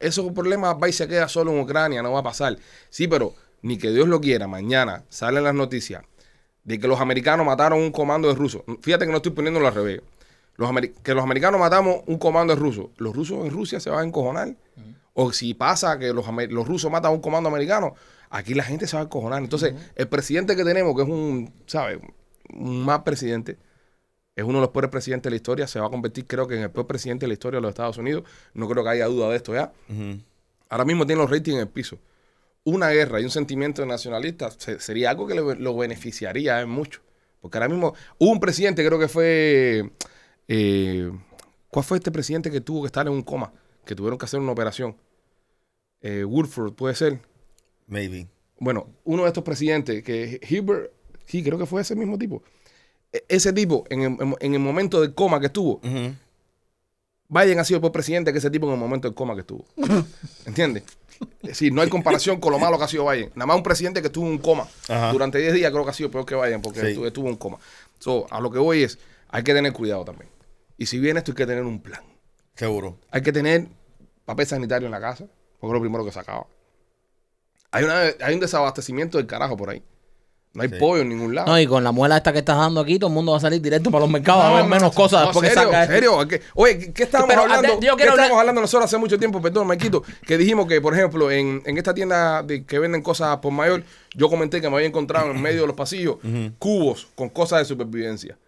esos problemas va y se queda solo en Ucrania, no va a pasar. Sí, pero ni que Dios lo quiera, mañana salen las noticias de que los americanos mataron un comando de rusos. Fíjate que no estoy poniéndolo al revés. Los ameri- que los americanos matamos un comando de rusos. Los rusos en Rusia se van a encojonar. O si pasa que los, amer- los rusos matan a un comando americano, aquí la gente se va a encojonar. Entonces, el presidente que tenemos, que es un, ¿sabes? Un mal presidente, es uno de los peores presidentes de la historia, se va a convertir creo que en el peor presidente de la historia de los Estados Unidos. No creo que haya duda de esto ya. Ahora mismo tiene los ratings en el piso. Una guerra y un sentimiento nacionalista se- sería algo que le- lo beneficiaría eh, mucho. Porque ahora mismo hubo un presidente, creo que fue... eh, ¿Cuál fue este presidente que tuvo que estar en un coma? Que tuvieron que hacer una operación. Eh, Woodford, puede ser.
Maybe.
Bueno, uno de estos presidentes, que Hilbert, sí, creo que fue ese mismo tipo. E- ese tipo, en el, en el momento del coma que estuvo,
Ujú.
Biden ha sido el peor presidente que ese tipo en el momento del coma que estuvo. ¿Entiendes? Es decir, no hay comparación con lo malo que ha sido Biden. Nada más un presidente que estuvo en un coma
Ajá.
durante 10 días creo que ha sido peor que Biden porque
Sí.
estuvo, estuvo en coma. So, a lo que voy es, hay que tener cuidado también. Y si bien esto hay que tener un plan.
Seguro.
Hay que tener papel sanitario en la casa, porque es lo primero que se acaba. Hay, una, hay un desabastecimiento del carajo por ahí. No hay
Sí.
pollo en ningún lado.
No, y con la muela esta que estás dando aquí, todo el mundo va a salir directo para los mercados a ver menos cosas
no,
después que
serio,
saca esto.
serio, ¿qué- Oye, ¿qué- ¿qué estábamos
Pero,
hablando?
Adel, yo
¿Qué
quiero hablar-
estábamos hablando nosotros hace mucho tiempo? Perdón, Maquito, que dijimos que, por ejemplo, en, en esta tienda de, que venden cosas por mayor, yo comenté que me había encontrado en medio de los pasillos cubos con cosas de supervivencia.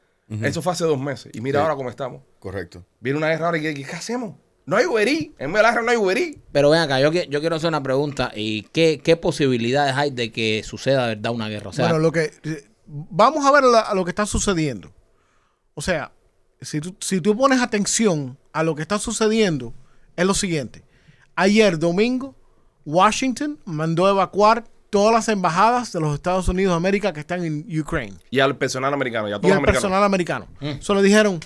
Eso fue hace dos meses. Y mira ahora cómo estamos.
Correcto.
Viene una guerra ahora y ¿qué, qué hacemos? No hay Uberí. En medio de la guerra no hay Uberí.
Pero ven acá, yo, qui- yo quiero hacer una pregunta. ¿Y qué, qué posibilidades hay de que suceda de verdad una guerra? O sea,
bueno, lo que. Vamos a ver la- a lo que está sucediendo. O sea, si tú, si tú pones atención a lo que está sucediendo, es lo siguiente. Ayer domingo, Washington mandó evacuar todas las embajadas de los Estados Unidos de América que están en Ucrania.
Y al personal americano, y a
y
todos
al
los americanos.
personal americano. Solo dijeron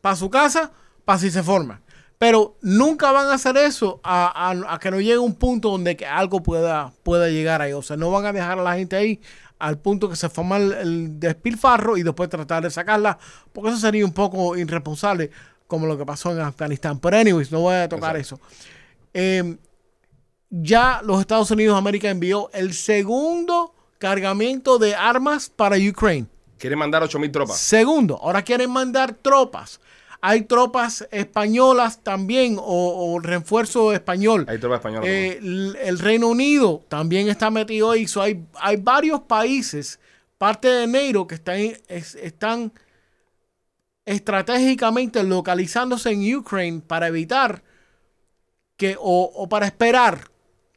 para su casa, para si se forma. Pero nunca van a hacer eso a, a- a que no llegue un punto donde que algo pueda, pueda llegar ahí. O sea, no van a dejar a la gente ahí al punto que se forma el, el despilfarro y después tratar de sacarla, porque eso sería un poco irresponsable, como lo que pasó en Afganistán. Pero, anyways, no voy a tocar eso. Eh, ya los Estados Unidos de América envió el segundo cargamento de armas para Ucrania.
Quiere mandar 8.000 tropas.
Segundo, ahora quieren mandar tropas. Hay tropas españolas también o, o refuerzo español.
Hay tropas españolas.
Eh, l- el Reino Unido también está metido ahí. So, hay, hay varios países, parte de enero, que están, es- están estratégicamente localizándose en Ucrania para evitar que, o, o para esperar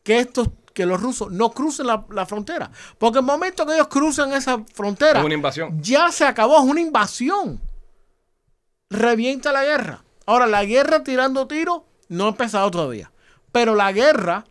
que estos que los rusos no crucen la, la frontera. Porque el momento que ellos cruzan esa frontera,
Es una invasión.
ya se acabó, es una invasión. Revienta la guerra. Ahora, la guerra tirando tiros no ha empezado todavía. Pero la guerra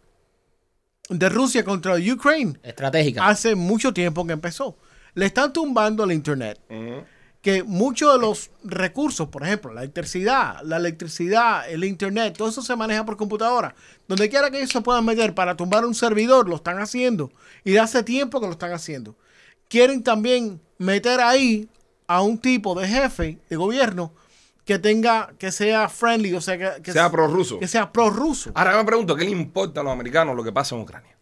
de Rusia contra Ucrania
estratégica.
hace mucho tiempo que empezó. Le están tumbando el internet
Ujú.
que muchos de los recursos, por ejemplo, la electricidad, la electricidad, el internet, todo eso se maneja por computadora. Donde quiera que ellos se puedan meter para tumbar un servidor, lo están haciendo. Y de hace tiempo que lo están haciendo. Quieren también meter ahí a un tipo de jefe de gobierno que tenga, que sea friendly, o sea, que, que
Sea prorruso. Ah.
Que sea prorruso.
Ahora yo me pregunto, ¿qué le importa a los americanos lo que pasa en Ucrania?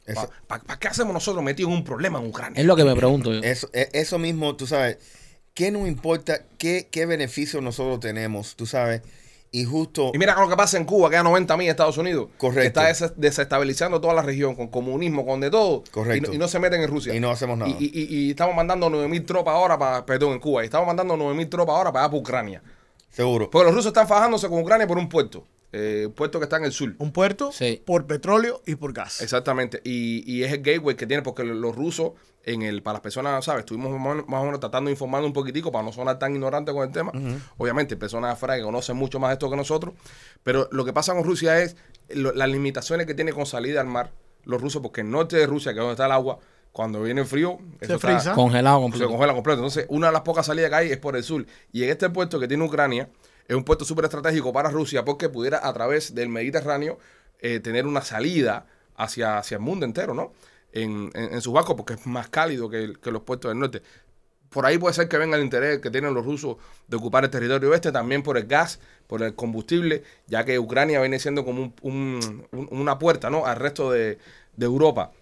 ¿Para
Eso-
qué hacemos nosotros metidos en un problema en Ucrania?
es lo que me pregunto yo.
Eso, e- eso mismo, tú sabes, ¿qué nos importa? ¿Qué, qué beneficio nosotros tenemos? Tú sabes, y justo...
Y mira lo que pasa en Cuba, que a 90 mil Estados Unidos.
Correcto.
Que está desa- desestabilizando toda la región con comunismo, con de todo.
Correcto.
Y no, y no se meten en Rusia.
Y no hacemos nada.
Y, y- y- y estamos mandando 9 mil tropas ahora para. Perdón, en Cuba. Y estamos mandando 9 mil tropas ahora para, allá para Ucrania.
seguro.
Porque los rusos están fajándose con Ucrania por un puerto. eh, un puerto que está en el sur.
Un puerto
Sí.
por petróleo y por gas.
Exactamente. Y, y es el gateway que tiene, porque los rusos, en el, para las personas, ¿sabes? Estuvimos más o menos- más o menos tratando de informarnos un poquitico para no sonar tan ignorantes con el tema. Obviamente, hay personas afuera que conocen mucho más esto que nosotros. Pero lo que pasa con Rusia es lo- las limitaciones que tiene con salida al mar los rusos, porque el norte de Rusia, que es donde está el agua, cuando viene el frío,
Se
eso está-
frisa.
Congelado
pues, se
completo.
congela completo. Entonces, una de las pocas salidas que hay es por el sur. Y en este puerto que tiene Ucrania, es un puerto súper estratégico para Rusia porque pudiera a través del Mediterráneo eh, tener una salida hacia, hacia el mundo entero, ¿no? En, en- en sus barcos porque es más cálido que, el- que los puertos del norte. Por ahí puede ser que venga el interés que tienen los rusos de ocupar el territorio este, también por el gas, por el combustible, ya que Ucrania viene siendo como un- un- un- una puerta ¿no? al resto de- de Europa.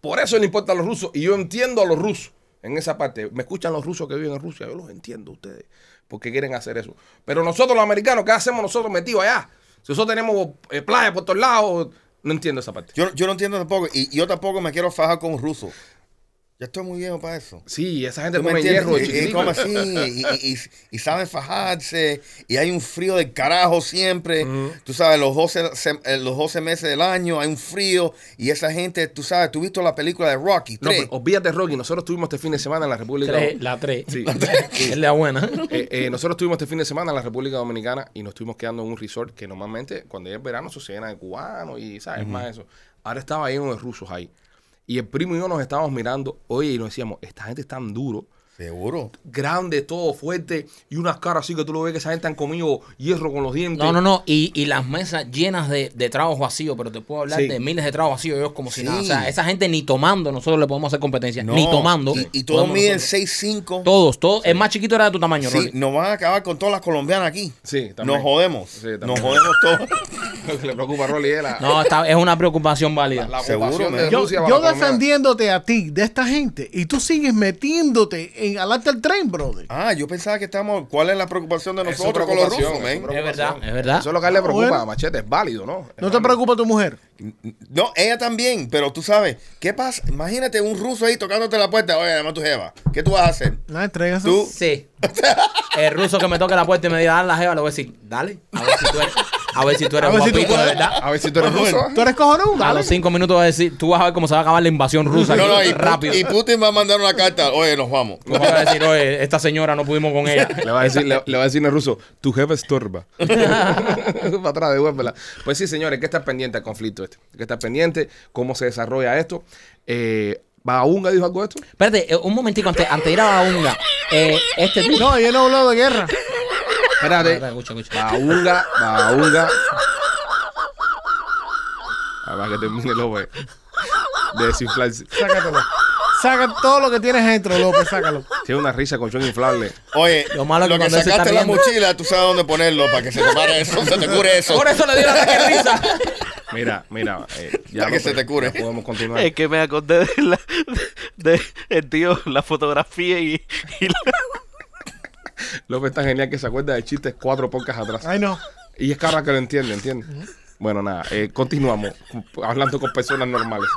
Por eso le importa a los rusos. Y yo entiendo a los rusos en esa parte. Me escuchan los rusos que viven en Rusia. Yo los entiendo a ustedes. Porque quieren hacer eso. Pero nosotros los americanos, ¿qué hacemos nosotros metidos allá? Si nosotros tenemos eh, playa por todos lados, no entiendo esa parte.
Yo, yo no entiendo tampoco, y yo tampoco me quiero fajar con ruso. Ya estoy muy viejo para eso.
Sí, esa gente
¿Tú me
come
entiendes?
hierro. de
Y- y
chiquitico.
come así, y, y- y- y saben fajarse, y hay un frío del carajo siempre. Tú sabes, los 12, se- eh, los 12 meses del año hay un frío, y esa gente, tú sabes, tú visto la película de Rocky
No,
3.
pero oh, olvídate, Rocky. Nosotros estuvimos este fin de semana en la República
Tres, la 3.
Sí.
Es la buena.
Eh, eh, nosotros estuvimos este fin de semana en la República Dominicana y nos estuvimos quedando en un resort que normalmente cuando es verano eso se llena de cubanos y sabes más eso. Ahora estaba lleno de rusos ahí. Y el primo y yo nos estábamos mirando, oye, y nos decíamos, esta gente es tan duro,
Seguro.
grande, todo fuerte, y unas caras así que tú lo ves que esa gente han comido hierro con los dientes.
No, no, no. Y, y las mesas llenas de, de tragos vacíos, pero te puedo hablar
Sí.
de miles de tragos vacíos, ellos como si
Sí.
nada. O sea, esa gente ni tomando, nosotros le podemos hacer
eh,
competencia.
No,
Ni tomando.
Y, y todos
podemos
miden
nosotros.
6'5".
Todos, todos. El más chiquito era de tu tamaño,
Sí,
Rolly.
nos van a acabar con todas las colombianas aquí.
Sí, también.
Nos jodemos.
Sí, también.
nos jodemos todos.
Lo que le preocupa a Rolly es la,
No, está- es una preocupación válida.
la
Seguro,
ocupación de
man.
Yo,
Rusia para
yo
la economía.
defendiéndote a ti de esta gente y tú sigues metiéndote en alarte el tren, brother.
Ah, yo pensaba que estamos. ¿Cuál es la preocupación de
Es su
nosotros con los
preocupación,
rusos,
es su
man?
Es verdad,
preocupación.
es verdad.
Eso es lo que a él le preocupa,
Bueno.
machete, es válido, ¿no?
No te preocupa tu mujer.
No, ella también, pero tú sabes, ¿qué pasa? Imagínate un ruso ahí tocándote la puerta. Oye, además tu jeva, ¿qué tú vas a hacer?
Nada, entregas.
Tú,
Sí. El ruso que me toque la puerta y me diga, dale la jeva, le voy a decir, dale. A ver si tú eres, a ver si tú eres
A ver si tú
guapito, de
puedes.
verdad.
A ver si tú eres ruso.
¿Tú eres cojonón?
A
Ah,
Dale.
los cinco minutos vas a decir, tú vas a ver cómo se va a acabar la invasión rusa.
no, no, y, Put-
rápido.
y Putin va a mandar una carta. Oye, nos vamos.
Tú vas a decir, oye, esta señora no pudimos con ella.
Le va a decir, le, le va a decir en ruso, tu jefe estorba. Para atrás, devuélvela. Pues sí, señores, hay que estar pendiente al conflicto este. Hay que estar pendiente cómo se desarrolla esto. Eh, ¿Baunga dijo algo de esto?
Espérate, eh, un momentico, antes, antes de ir a la unga. eh, este tipo.
No, yo no he hablado de guerra.
Espérate.
Espérate, escucha, escucha.
Baunga, Baunga. Además que termine López. De desinflarse.
Sácatelo. Saca todo lo que tienes dentro, López, sácalo.
Tiene una risa con chon inflable.
Oye,
Lo
lo,
malo es que
que,
cuando él se
sacaste
está
la
riendo-
mochila, tú sabes dónde ponerlo para que se te pare eso, se te cure eso.
Por eso le dio la ataque de risa.
Mira, mira. eh,
Para que se te cure.
ya podemos continuar.
Es que me acordé de la, de, el tío, la fotografía y, y la-
López tan genial que se acuerda de chistes cuatro pocas atrás.
Ay, no.
Y es cara que lo entiende, ¿entiendes? Bueno, nada, eh, continuamos hablando con personas normales.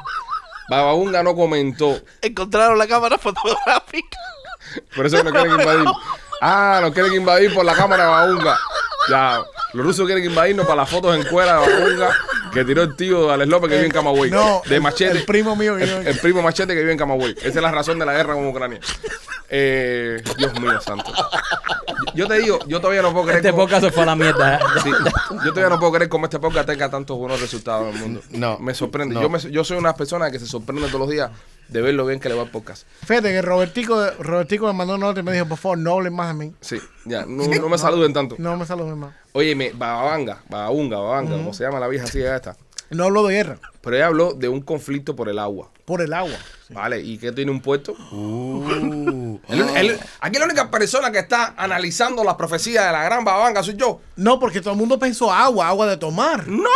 Bababunga no comentó,
encontraron la cámara fotográfica.
por eso que no quieren invadir. Ah, nos quieren invadir por la cámara de Bababunga. Ya, los rusos quieren invadirnos para las fotos en cuera de Bababunga que tiró el tío de Alex López que vive en Camagüey.
No,
de
el-
Machete.
el primo mío que
el,
vive en-
el primo Machete que vive en Camagüey. Esa es la razón de la guerra con Ucrania. Eh, Dios mío, santo. Yo te digo, yo todavía no puedo creer
Este
cómo-
podcast se fue a la mierda. ¿eh?
Sí, yo todavía no puedo creer cómo este podcast tenga tantos buenos resultados en el mundo.
No.
Me sorprende.
No.
Yo, me- yo soy una persona que se sorprende todos los días de ver lo bien que le va el podcast.
Fíjate que Robertico, Robertico me mandó una nota y me dijo, por favor, no hables más de mí.
Sí, ya, no, no me saluden tanto.
No me saludes más.
Oye, me, Bababanga, Bababunga, Bababanga, como se llama la vieja así, ya está.
No hablo de guerra,
Pero ella habló de un conflicto por el agua.
por el agua.
Vale, ¿y qué tiene un puerto?
Uh,
El- el- aquí la única persona que está analizando las profecías de la gran Bababanga soy yo.
No, porque todo el mundo pensó agua, agua de tomar.
¡No!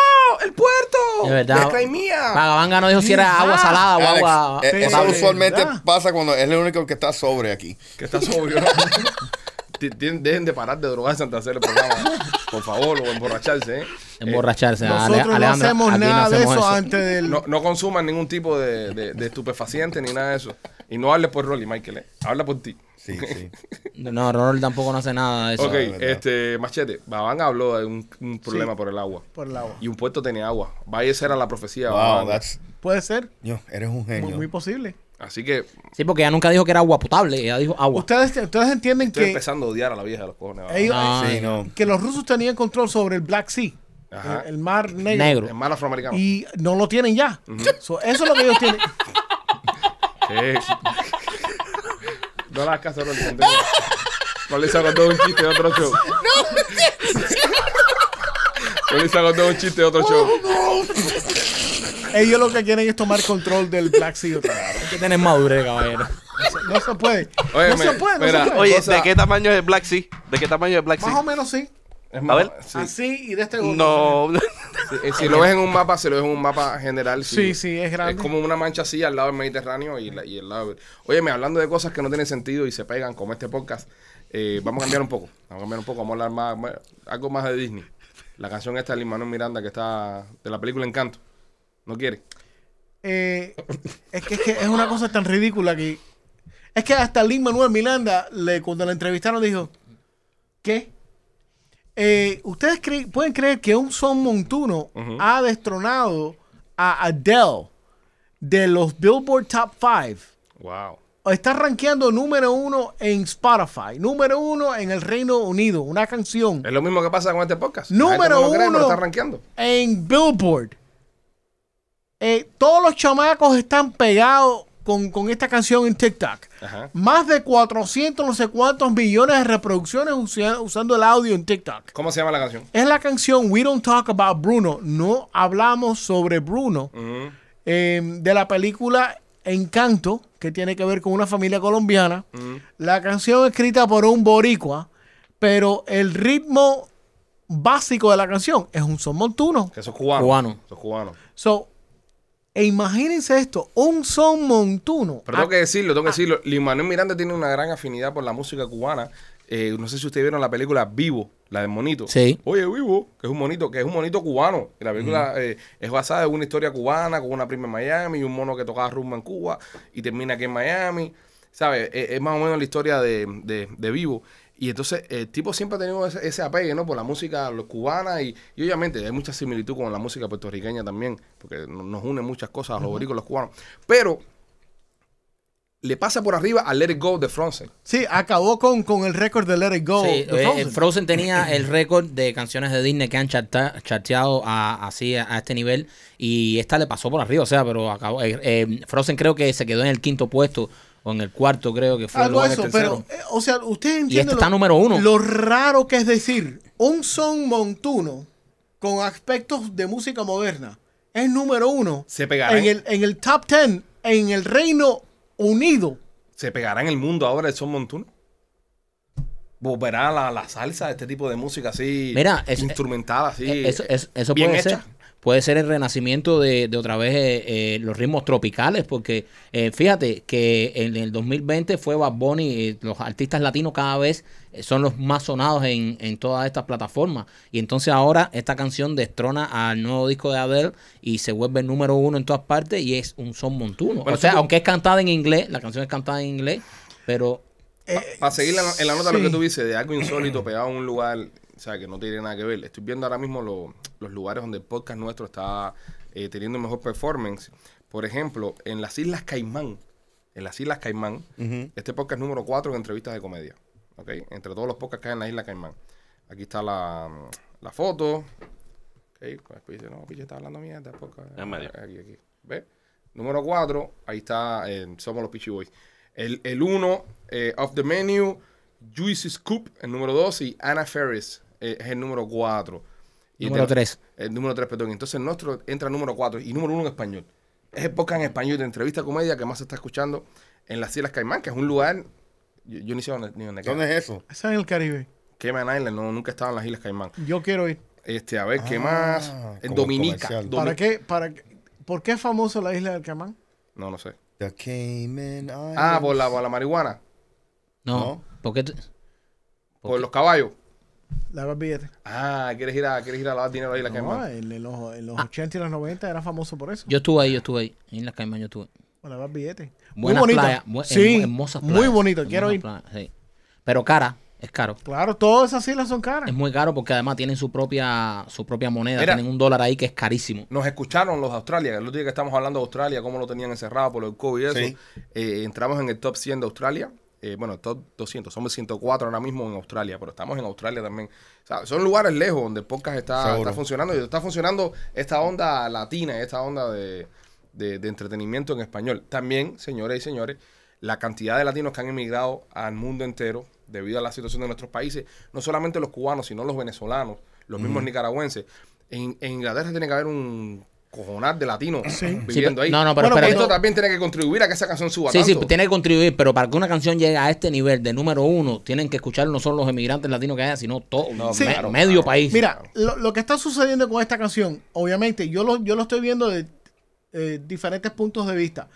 ¡El puerto!
De verdad.
¡De Crimea!
Vagabanga no dijo si era agua salada o
Alex,
agua.
eh,
Sí,
eso
sí,
usualmente
¿verdad?
pasa cuando es el único que está sobre aquí.
Que está sobrio. Ti- ti- Dejen de parar de drogar Santa Cera el programa. por favor, o emborracharse. ¿eh?
Emborracharse. Ale-
Nosotros no
Alejandra,
hacemos
aquí no
nada de
hacemos
eso, antes
Eh,
del.
No, no consuman ningún tipo de, de, de estupefaciente ni nada de eso. Y no hables por Rolly, Michael. eh. Habla por ti.
Sí, sí.
No, Ronald tampoco no hace nada de eso.
ok,
es verdad.
este, Machete, Babán habló de un, un problema por el agua.
Por el agua.
Y un puerto tenía agua. Vaya, esa era la profecía.
Wow,
Babán.
that's.
Puede ser.
Yo, eres un
Muy,
genio.
muy posible.
Así que estoy
Sí, porque ella nunca dijo que era agua potable, ella dijo agua.
Ustedes, ustedes entienden que,
empezando a odiar a la vieja de los cojones. Babán.
ellos-
No,
sí, no.
que los rusos tenían control sobre el Black Sea, eh,
Ajá.
el, el mar negro,
negro.
Es malo afroamericano.
Y no lo tienen ya. So, eso es lo que ellos tienen.
¿Qué? no la hagas caso, Rolly. contento. Rolly se acordó de un chiste de otro show. No, Rolly se acordó de un chiste de otro show.
Ellos lo que quieren es tomar control del Black Sea otra vez.
Hay que tener madurez, caballero.
No se puede.
Oye,
no
me-
se puede, no
espera,
se puede.
Oye,
Cosa-
¿de qué tamaño es el Black Sea? ¿De qué tamaño es el Black
Más o
Sea?
menos sí.
Es malo,
ver.
sí.
Así y de este otro.
No.
Eh, Si lo ves en un mapa, si lo ves en un mapa general.
Sí, sí, es grande.
Es como una mancha así al lado del Mediterráneo y, la- y el lado. Óyeme, hablando de cosas que no tienen sentido y se pegan, como este podcast, eh, vamos a cambiar un poco. Vamos a cambiar un poco, vamos a hablar más, más- algo más de Disney. La canción esta de Lin Manuel Miranda que está de la película Encanto. ¿No quiere?
Eh, es, que, es que es una cosa tan ridícula que. Es que hasta Lin Manuel Miranda, le, cuando la entrevistaron, dijo: ¿Qué? Eh, ¿Ustedes cre- pueden creer que un son montuno ha destronado a Adele de los Billboard Top 5?
Wow.
está rankeando número uno en Spotify, número uno en el Reino Unido, una canción
Es lo mismo que pasa con este podcast. La gente
Número
no lo cree,
uno.
pero está rankeando.
en Billboard. Eh, todos los chamacos están pegados con, con esta canción en TikTok.
Ajá.
Más de 400, no sé cuántos millones de reproducciones usa- usando el audio en TikTok.
¿Cómo se llama la canción?
Es la canción We Don't Talk About Bruno. No hablamos sobre Bruno.
Ujú.
eh, de la película Encanto, que tiene que ver con una familia colombiana. La canción escrita por un boricua, pero el ritmo básico de la canción es un son montuno.
Que sos cubano.
Cubano.
Sos cubano.
So, e imagínense esto, un son montuno.
Pero tengo
Ah,
que decirlo, tengo que decirlo. Lin Manuel Miranda tiene una gran afinidad por la música cubana. Eh, no sé si ustedes vieron la película Vivo, la del monito.
Sí.
Oye, Vivo, que es un monito, que es un monito cubano. Y la película eh, es basada en una historia cubana con una prima en Miami y un mono que tocaba rumba en Cuba y termina aquí en Miami. ¿Sabes? Eh, es más o menos la historia de, de- de Vivo. Y entonces el tipo siempre ha tenido ese, ese apegue, ¿no? Por la música lo- cubana y, y obviamente hay mucha similitud con la música puertorriqueña también, porque no- nos une muchas cosas a los boricos, los cubanos. Pero le pasa por arriba a Let It Go de Fronce.
sí, acabó con, con el récord de Let It Go.
Sí,
de
eh,
Frozen.
Frozen. tenía el récord de canciones de Disney que han charta- charteado a, así a, a este nivel y esta le pasó por arriba, o sea, pero acabó, eh, eh, Frozen creo que se quedó en el quinto puesto o en el cuarto creo que fue.
Algo
luego
de
en el
eso,
tercero.
pero, eh, o sea, ustedes entienden
este está número uno.
lo raro que es decir, un son montuno con aspectos de música moderna es número uno
Se pegará ¿eh?
¿eh?
en
en-
el, en el top 10 en el Reino Unido.
¿Se pegará en el mundo ahora el son montuno? ¿Volverá la, la salsa de este tipo de música así?
Mira, es-
instrumentada así.
Eh, eso, eso- eso
bien
puede
hecha.
ser. Puede ser el renacimiento de, de otra vez eh, eh, los ritmos tropicales, porque eh, fíjate que en el 2020 fue Bad Bunny, eh, los artistas latinos cada vez eh, son los más sonados en, en todas estas plataformas. Y entonces ahora esta canción destrona al nuevo disco de Adele y se vuelve el número uno en todas partes y es un son montuno.
Bueno,
o sea,
tú-
aunque es cantada en inglés, la canción es cantada en inglés, pero
Para seguir la- en la nota lo
sí.
que tú dices de algo insólito pegado a un lugar, o sea, que no tiene nada que ver. Estoy viendo ahora mismo lo- los lugares donde el podcast nuestro está eh, teniendo mejor performance. Por ejemplo, en las Islas Caimán. En las Islas Caimán, este podcast número 4 en entrevistas de comedia. ¿ok? Entre todos los podcasts que hay en la Isla Caimán. Aquí está la, la foto. Ok, pues, dice, no, Piche está hablando mierda. Podcast.
En medio.
Aquí, aquí. ¿Ves? Número 4, ahí está, eh, somos los Pichi Boys. El 1, Off the Menu, Juicy Scoop, el número 2, y Anna Ferris eh, es el número 4.
Número tres.
El número 3, perdón. Entonces el nuestro entra número 4 y número 1 en español. Es el podcast en español de entrevista comedia que más se está escuchando en las Islas Caimán, que es un lugar, yo, yo ni sé dónde, ni dónde queda.
¿Dónde es eso?
Está en el Caribe.
Cayman Island, no, nunca he estado en las Islas Caimán.
Yo quiero ir.
Este, a ver, ¿qué
Ah,
más? Eh,
como
Dominica.
comercial.
Domi-
¿Para qué? ¿Para qué? ¿Por qué es famosa la isla del Camán?
No, no sé.
The Cayman Islands.
Ah, por la, por la marihuana.
no.
No.
porque t-
Por los caballos.
Lavar billetes.
Ah, ¿quieres ir a, quieres ir a lavar dinero ahí en la
No,
Caimán?
en, en los, en los 80 y los 90 era famoso por eso.
Yo estuve ahí, yo estuve ahí. En las Caimán yo estuve.
Por lavar billetes.
Buenas
muy bonito.
playas. bu-
sí,
hermo- hermosas
Muy
playas,
bonito, quiero
hermosas
ir.
playas, sí. Pero cara, es caro.
Claro, todas esas islas son caras.
Es muy caro porque además tienen su propia su propia moneda.
Mira.
Tienen un dólar ahí que es carísimo.
Nos escucharon los de Australia, el otro día que estamos hablando de Australia, cómo lo tenían encerrado por el COVID y eso.
Sí.
Eh, entramos en el top 100 de Australia, eh, bueno, top 200, somos 104 ahora mismo en Australia, pero estamos en Australia también. O sea, son lugares lejos donde el podcast Ah, está,
Seguro.
está funcionando y está funcionando esta onda latina, esta onda de, de- de entretenimiento en español. También, señores y señores, la cantidad de latinos que han emigrado al mundo entero debido a la situación de nuestros países, no solamente los cubanos, sino los venezolanos, los mismos nicaragüenses. En, en Inglaterra tiene que haber un cojonar de latinos
Sí,
viviendo
pero-
ahí.
no, no, pero
Bueno,
espérate.
esto también tiene que contribuir a que esa canción suba
Sí, sí,
tanto.
tiene que contribuir, pero para que una canción llegue a este nivel de número uno, tienen que escuchar no solo los emigrantes latinos que haya, sino todo,
No,
me-
claro,
medio
claro.
país.
Mira, lo, lo que está sucediendo con esta canción, obviamente, yo lo, yo lo estoy viendo de eh, diferentes puntos de vista.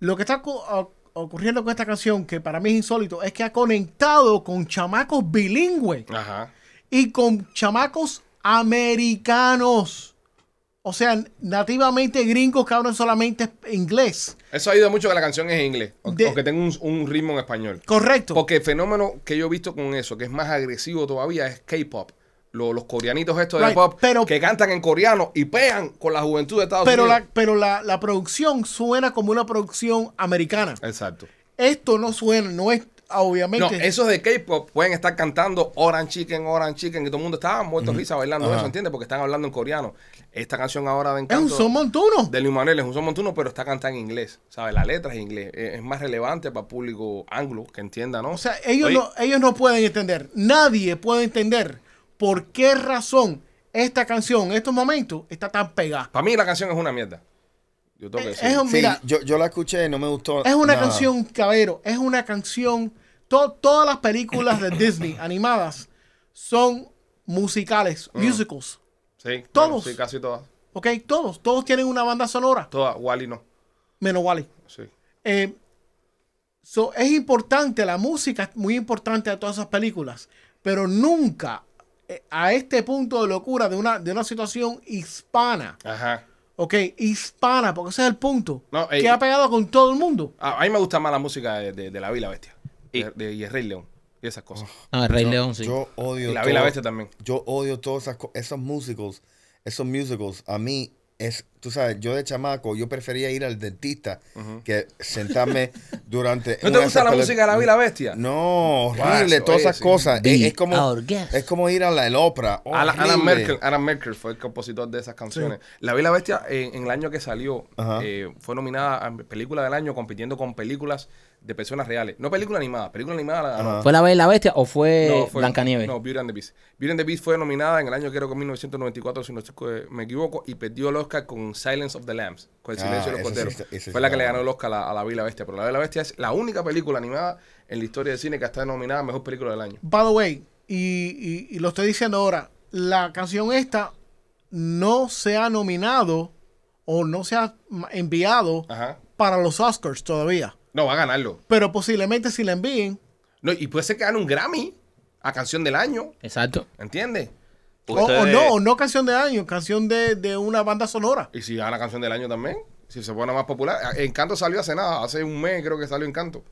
Lo que está co- o- ocurriendo con esta canción, que para mí es insólito, es que ha conectado con chamacos bilingües
Ajá.
y con chamacos americanos. O sea, nativamente gringos que hablan solamente inglés.
Eso ayuda mucho que la canción es en inglés o,
De-
o que tenga un, un ritmo en español.
Correcto.
Porque el fenómeno que yo he visto con eso, que es más agresivo todavía, es K-pop. Lo- los coreanitos estos de
Right,
pop
pero-
que cantan en coreano y pegan con la juventud de Estados
pero
Unidos.
la, pero la, la producción suena como una producción americana.
Exacto.
Esto no suena, no es
No,
obviamente.
esos de K-pop pueden estar cantando Orange Chicken, Orange Chicken, que todo el mundo estaba muerto de risa bailando eso, ¿entiendes? Porque están hablando en coreano. Esta canción ahora de
es un
Encanto...
son montuno.
De Luis Manuel es un son montuno, pero está cantada en inglés. ¿Sabes? La letra es en inglés. Eh, Es es más relevante para el público anglo que entienda, ¿no?
O sea, ellos
Oye.
no, ellos no pueden entender, nadie puede entender por qué razón esta canción en estos momentos está tan pegada.
para mí la canción es una mierda. Yo tengo que
Eh, Es,
decirlo.
un-
Sí,
mira,
yo, yo la escuché, no me gustó.
es una
nada.
canción, cabero, es una canción. to- todas las películas de Disney animadas son musicales,
Mm.
musicals.
Sí,
todos.
bueno, sí, casi todas.
¿Ok? Todos, todos tienen una banda sonora,
Todas, Wally no.
menos Wally.
Sí.
Eh, so, es importante, la música es muy importante de todas esas películas, pero nunca eh, a este punto de locura de una, de una situación hispana,
Ajá.
¿ok? Hispana, porque ese es el punto,
No, eh,
que ha pegado con todo el mundo.
Ah, A, a mí me gusta más la música de, de- de La Vila Bestia.
Y-
De, de- y el Rey León. Y esas cosas.
No, el Rey León, sí.
Yo odio.
Y la Vila
Oh, todo-
Bestia también.
Yo odio todos esas co- esos musicals. Esos musicals. A mí es. Tú sabes, yo de chamaco, yo prefería ir al dentista que sentarme durante.
¿No
una
te
de
gusta
esas
la
pele-
música de La Vila Bestia?
No, horrible,
Guacho,
todas
oye,
esas
sí.
cosas.
Be
Es, es como,
our guest.
es como ir a la el ópera.
Alan, Alan
Horrible.
Merkel, Alan Merkel fue el compositor de esas canciones. La Bella Bestia, eh, en el año que salió,
Ajá.
eh, fue nominada a película del año compitiendo con películas de personas reales. No película animada, película animada la ganó.
Ajá.
¿Fue la Bella y la Bestia o fue,
No, fue-
Eh, Blancanieves?
No, Beauty and the Beast. Beauty and the Beast fue nominada en el año, creo que 1994, si no estoy- eh, me equivoco, y perdió el Oscar con Silence of the Lambs, con El
Ah,
Silencio de los
esa sí
Corderos.
está- esa sí
fue la
está
que le ganó
buena.
el Oscar a, a La Bella Bestia. Pero La Bella Bestia es la única película animada en la historia del cine que está nominada a Mejor Película del Año.
By the way, y, y- y lo estoy diciendo ahora, la canción esta no se ha nominado o no se ha ma- enviado
Ajá.
para los Oscars todavía,
No, va a ganarlo.
pero posiblemente si la envíen,
No, y puede ser que gane un Grammy a canción del año,
Exacto.
¿entiendes?
O, o
Ustedes-
no, o no canción de año, canción de, de una banda sonora.
Y si gana canción del año también, si se pone más popular. Encanto salió hace nada, hace un mes creo que salió Encanto.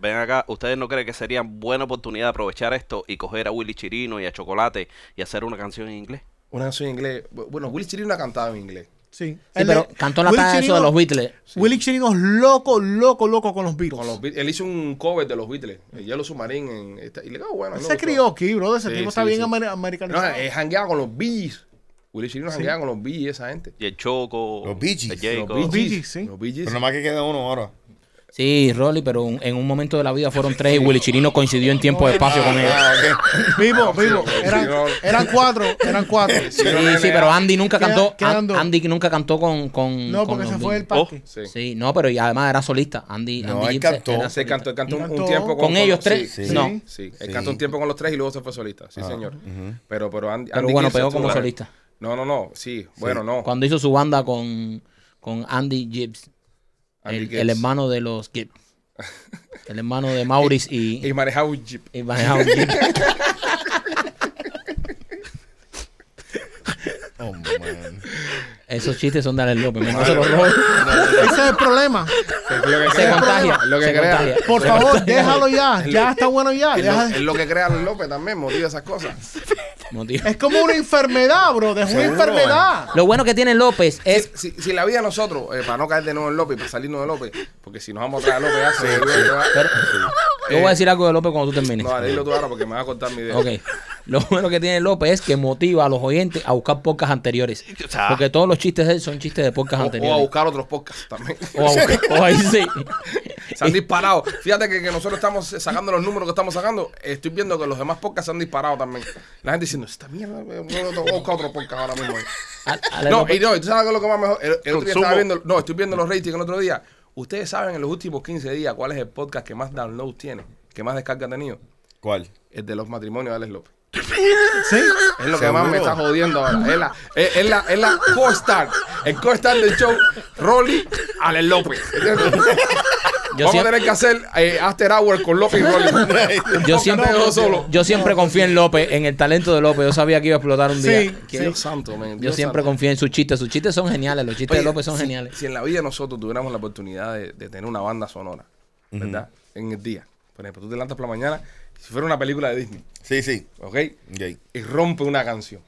Ven acá, ¿ustedes no creen que sería buena oportunidad de aprovechar esto y coger a Willy Chirino y a Chocolate y hacer una canción en inglés?
Una canción en inglés. Bu- Bueno, Willy Chirino ha cantado en inglés.
Sí.
Sí, pero cantó la talla eso de los Beatles.
Willy Chirino es loco, loco, loco con los Beatles.
Con los Beat- él hizo un cover de los Beatles, el Yellow Submarine. En, esta- y le quedó bueno. a mí me
Ese
gustó.
crioqui, bro, ese
Sí,
tipo
sí,
está bien
sí.
amer-
No, eh,
americanizado.
es jangueado con los Bees. Willy Chirino jangueaba con los Bees y esa gente.
Y el Choco,
Los Bee Gees.
el Jacob.
Los
Bee
Bee
Gees,
Gees.
sí.
Los Bee Gees.
Pero nomás que queda uno ahora.
Sí, Rolly, pero un- en un momento de la vida fueron tres y Willy Chirino coincidió en tiempo de espacio con ellos.
Ah, ok.
Vivo, vivo. Eran,
no.
eran cuatro, eran cuatro.
Sí, sí, pero Andy nunca
Queda-
cantó.
quedan dos.
Andy nunca cantó con. con
No,
con
porque
los
se fue
Beatles.
el parque.
Sí.
Sí, no, pero y además era solista. Andy,
No,
Andy
él
Gibbs era
cantó.
Se
solista.
cantó, él cantó un,
Cantó
un tiempo con,
con ellos
sí,
tres.
Sí,
sí.
No,
Sí.
sí.
Sí.
Él cantó un tiempo con los tres y luego se fue solista. Sí, señor. Pero, pero Andy,
Pero
Andy
bueno,
Gibbs
pegó
estuvo
como
la-
solista.
No, no, no. Sí, bueno, no.
cuando hizo su banda con, con Andy Gibbs,
Andy
el,
Gibbs.
el hermano de los Gibbs. El hermano de Maurice y,
Y manejaba un jeep.
y manejaba un Jeep.
Oh, man.
Esos chistes son de Alex López. mejor no se los robo.
Ese es el problema.
Es lo que
Se
crea.
contagia.
Es Lo que
se
crea.
contagia.
Por
Se
favor,
contagia.
déjalo ya. Ya está bueno ya.
Es
Deja
lo,
de-
es lo que crea López también, motiva esas cosas.
Motivo.
Es como una enfermedad, bro. Es una
Seguro,
enfermedad.
Lo bueno que tiene López es
Si, si la vida de nosotros, eh, para no caer de nuevo en López, para salirnos de López, porque si nos vamos a traer a López, ya se volvió a traer.
Yo voy a decir algo de López cuando tú termines.
No, dilo tú ahora porque me va a cortar mi idea.
Ok. Lo bueno que tiene López es que motiva a los oyentes a buscar pocas anteriores.
O sea.
Porque todos los chistes de él son chistes de pocas
Ah. O, o a
anteriores.
buscar otros podcasts también.
O, a buscar- o ahí sí.
Se han disparado. Fíjate que, que nosotros estamos sacando los números que estamos sacando. Estoy viendo que los demás podcasts se han disparado también. La gente diciendo, esta mierda, voy a buscar otro podcast ahora mismo.
A- Ale
No,
López-
y no, y tú sabes qué es lo que más mejor. El, el otro día
Consumo.
estaba viendo, no, estoy viendo los ratings el otro día. Ustedes saben en los últimos 15 días cuál es el podcast que más downloads tiene, que más descarga ha tenido.
¿Cuál?
El de los matrimonios de Alex López.
Sí.
Es lo que más me
Seguro.
está jodiendo ahora. Es la, es, es la, es la co-star. El co-star del show, Rolly Alex López. ¿Entiendes?
Yo
Vamos
siempre-
a tener que hacer eh, After Hour con López y Rolly.
yo siempre,
no, yo solo.
yo siempre confié en López, en el talento de López. Yo sabía que iba a explotar un día.
Sí.
Que-
Dios santo, man.
Yo
Dios
siempre
santo.
confié en sus chistes. Sus chistes son geniales. Los chistes
Oye,
de López son
si-
geniales.
Si en la vida nosotros tuviéramos la oportunidad de, de tener una banda sonora, ¿verdad? En el día. Por ejemplo, tú te levantas por la mañana, si fuera una película de Disney,
Sí, sí.
¿ok?
Ok.
Y rompe una canción.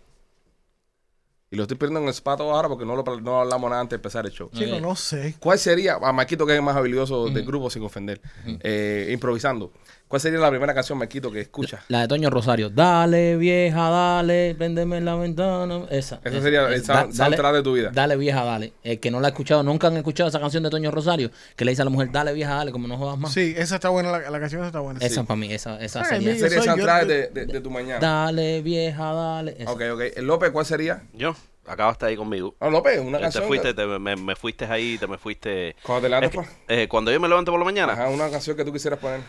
Y lo estoy perdiendo en el zapato ahora porque no, lo, no hablamos nada antes de empezar el show.
Chico, no sé.
¿Cuál sería, a Marquito que es el más habilidoso del grupo sin ofender, eh, improvisando, ¿cuál sería la primera canción, Marquito, que escuchas?
La de Toño Rosario. Dale, vieja, dale, préndeme la ventana. Esa.
Ese
esa,
sería el
esa.
sound-
dale,
soundtrack de tu vida.
Dale, vieja, dale. El que no la ha escuchado, nunca han escuchado esa canción de Toño Rosario, que le dice a la mujer, dale, vieja, dale, como no jodas más.
Sí, esa está buena. La, la canción esa está buena.
Esa para mí, esa, esa
Ay,
sería.
¿Cuál
yo
sería el
soy- yo-
soundtrack de, de- de tu mañana?
Dale, vieja, dale. Esa.
Ok, ok. Eh, López, ¿cuál sería?
Yo, acabaste ahí conmigo.
No, López, una
Eh, Te
canción.
fuiste, te- me, me fuiste ahí, te me fuiste.
Cuando te levantes,
Es que,
pues.
eh, cuando yo me levanto por la mañana,
Ajá, una canción que tú quisieras poner.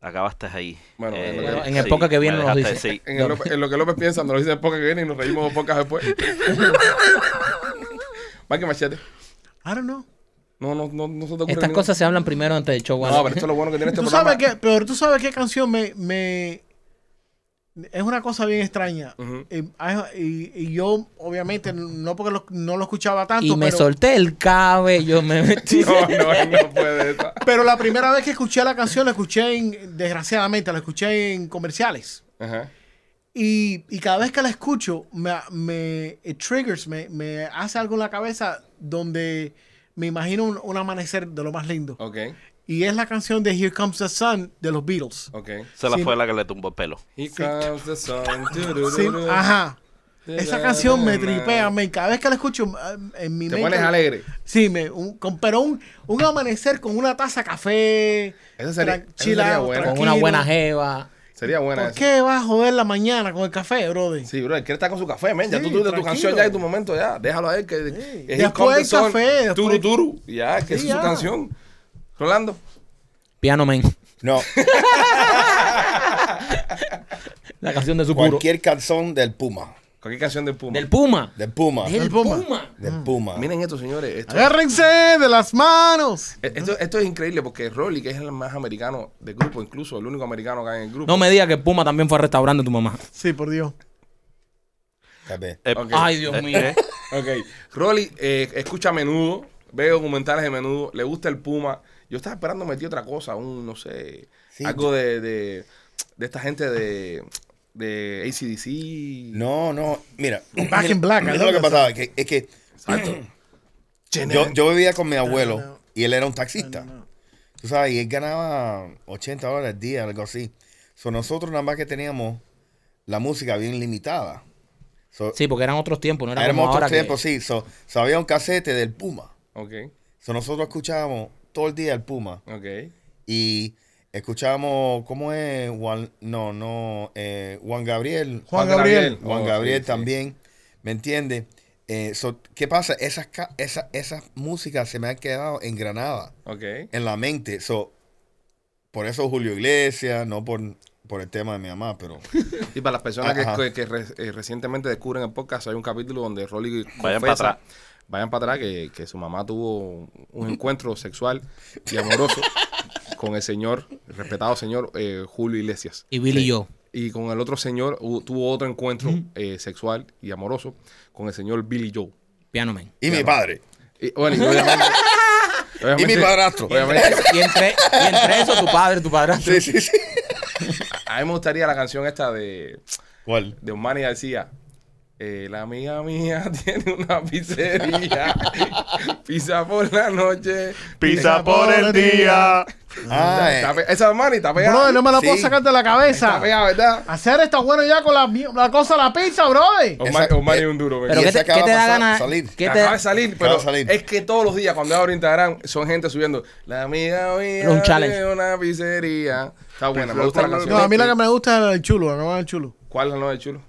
acabaste ahí. Eh,
Bueno, en lo que-
Bueno, en el podcast que viene
me
nos
dejaste-
dice.
En, el López- en lo que López piensa, nos lo dice poca que viene y nos reímos dos pocas después. Mike Machete.
I don't know.
No, no, no, no se te ocurre.
Estas
ninguna.
cosas se hablan primero antes del show.
No,
Juan.
pero esto es lo bueno que tiene este
¿Tú
programa.
sabes qué? Pero tú sabes qué canción me... me- Es una cosa bien extraña. Y- ah, y, y yo, obviamente, no porque lo- no lo escuchaba tanto,
y me
pero,
solté el cabello, me metí.
No, no, no puede. esa.
pero la primera vez que escuché la canción, la escuché en, desgraciadamente, la escuché en comerciales.
Ajá.
Y, y cada vez que la escucho, me, me it triggers, me, me hace algo en la cabeza donde me imagino un, un amanecer de lo más lindo.
Ok,
Y es la canción de Here Comes the Sun de los Beatles.
ok.
Se la
Sí.
fue la que le tumbó el pelo.
Here comes the sun.
Sí,
turururu.
ajá. Esa canción me tripea, me cada vez que la escucho ah, en mi
Te
mente-
pones alegre.
Sí, me, un- con- pero un, un amanecer con una taza de café.
Esa sería-
tran-
esa sería
chilao,
buena.
Con una
tranquilo.
buena jeva.
Sería buena
¿Por
esa.
qué vas a joder la mañana con el café, brother?
Sí, bro, él quiere estar con su café, men. Ya
Sí,
tú tuviste tu
tranquilo.
canción ya y tu momento ya. Déjalo a él. Que, que
Después
he come
el
sol,
café, después-
Turu, turu. Ya, que
Sí,
es su
ya.
canción. Rolando.
Piano Man.
No,
La canción de su puro.
cualquier canción del Puma.
Cualquier canción del Puma.
Del Puma.
Del Puma.
Del
Puma.
Puma.
Del Puma.
Miren esto, señores. Esto,
Agárrense de las manos.
esto, esto es increíble porque Rolly, que es el más americano del grupo, incluso el único americano que hay en el grupo.
No me digas que Puma también fue al restaurante de tu mamá.
Sí, por Dios.
Tal vez.
Eh,
Ok.
Ay, Dios mío.
Ok. Rolly eh, escucha a menudo, ve documentales de menudo, le gusta el Puma. Yo estaba esperando metí otra cosa, un, no sé,
Sí,
algo de, de, de esta gente de, de ACDC.
No, no. Mira.
Back in Black,
Mira
¿no?
lo que pasaba. que- es que
Exacto.
yo, yo vivía con mi abuelo y él era un taxista. Tú sabes, y él ganaba 80 dólares al día, algo así. So, nosotros nada más que teníamos la música bien limitada. So,
Sí, porque eran otros tiempos, no era
éramos
como ahora
otros
que-
tiempos, sí. So, so, había un casete del Puma.
Ok,
So, nosotros escuchábamos todo el día el Puma.
ok.
Y escuchábamos, ¿cómo es? Juan, no, no, eh, Juan Gabriel.
Juan Gabriel.
Juan
Oh,
Gabriel
sí, sí.
también, ¿me entiendes? Eh, so, ¿Qué pasa? Esas, ca- esa- esas músicas se me han quedado engranadas
Ok.
en la mente. So, por eso Julio Iglesias, no por, por el tema de mi mamá, pero...
Y para las personas
Ajá.
que, que- que re- eh, recientemente descubren el podcast, hay un capítulo donde Rolly confesa-
Vayan pa' atrás.
Vayan para atrás que, que su mamá tuvo un encuentro sexual y amoroso con el señor, el respetado señor eh, Julio Iglesias.
Y Billy Joe.
y con el otro señor hubo- tuvo otro encuentro eh, sexual y amoroso con el señor Billy Joe.
Piano Man.
Y mi padre.
Y, bueno, y obviamente-
Y mi
obviamente-
padrastro.
Obviamente,
Y entre, y entre eso, tu padre, tu padrastro.
Sí, sí, sí.
a mí me gustaría la canción esta de,
¿Cuál?
de Osmani García. Eh, la amiga mía tiene una pizzería. Pizza por la noche.
Pisa por el día.
Está
Ah,
pe- Esa Osmani está pegada.
Brother, no me la puedo
Sí.
sacar de la cabeza.
Está pegada, ¿verdad?
Hacer está bueno ya con la, mi- la cosa la pizza, brother.
Osmani,
Esa-
Osmani
eh,
es un duro.
Pero
¿verdad?
Y
¿qué
esa
te,
acaba
qué te
de
da
pasar-
ganas?
salir.
¿Qué te,
Acaba de salir,
Acaba
pero
de salir.
es que todos los días cuando abro Instagram son gente subiendo. La amiga mía
Un challenge.
tiene una pizzería. Está buena, me gusta la canción.
No, a mí la que me gusta es el chulo, la novela del chulo.
¿Cuál es la novela del chulo?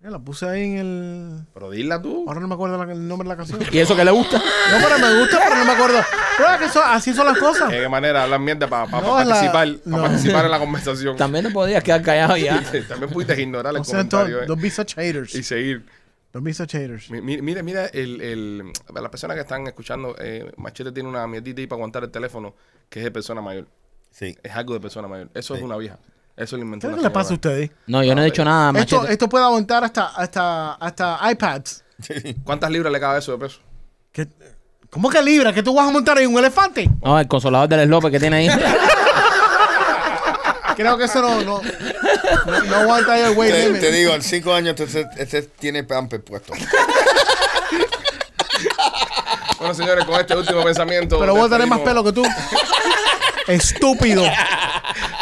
Ya la puse ahí en el.
Pero dila tú.
Ahora no me acuerdo la- el nombre de la canción.
¿Y eso que le gusta?
No, pero me gusta, pero no me acuerdo. Pero es que eso- así son las cosas.
¿De qué manera hablar mierda para
No, la-
participar, pa'
no.
participar en la conversación?
También te podías quedar callado ya.
También pudiste ignorar el
No sean todos.
comentario eh,
Don't be such
y
haters.
seguir.
Don't be such haters.
Mi- mi- Mira, mira, el, el, para las personas que están escuchando, eh, Machete tiene una mierdita ahí para aguantar el teléfono que es de persona mayor.
sí.
Es algo de persona mayor. Eso es una vieja. Eso lo inventó
¿Qué
una
le pasa a
señora.
ustedes?
No, yo no he dicho nada,
Esto,
machete.
esto puede aguantar hasta, hasta, hasta iPads.
¿Cuántas libras le cabe eso de peso?
¿Qué- ¿Cómo que libra? ¿Que tú vas a montar ahí un elefante?
No, el consolador del López que tiene ahí.
Ah.
Creo que eso no, no, no, no aguanta ahí el weight
Te,
limit.
te digo, en cinco años este, este tiene pamper puesto.
Bueno, señores, con este último pensamiento.
Pero voy a tener más pelo
despedimos.
que tú. Estúpido.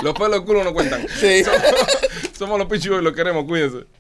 Los pelos del culo no cuentan.
Sí.
Somos los pichos y los queremos, cuídense.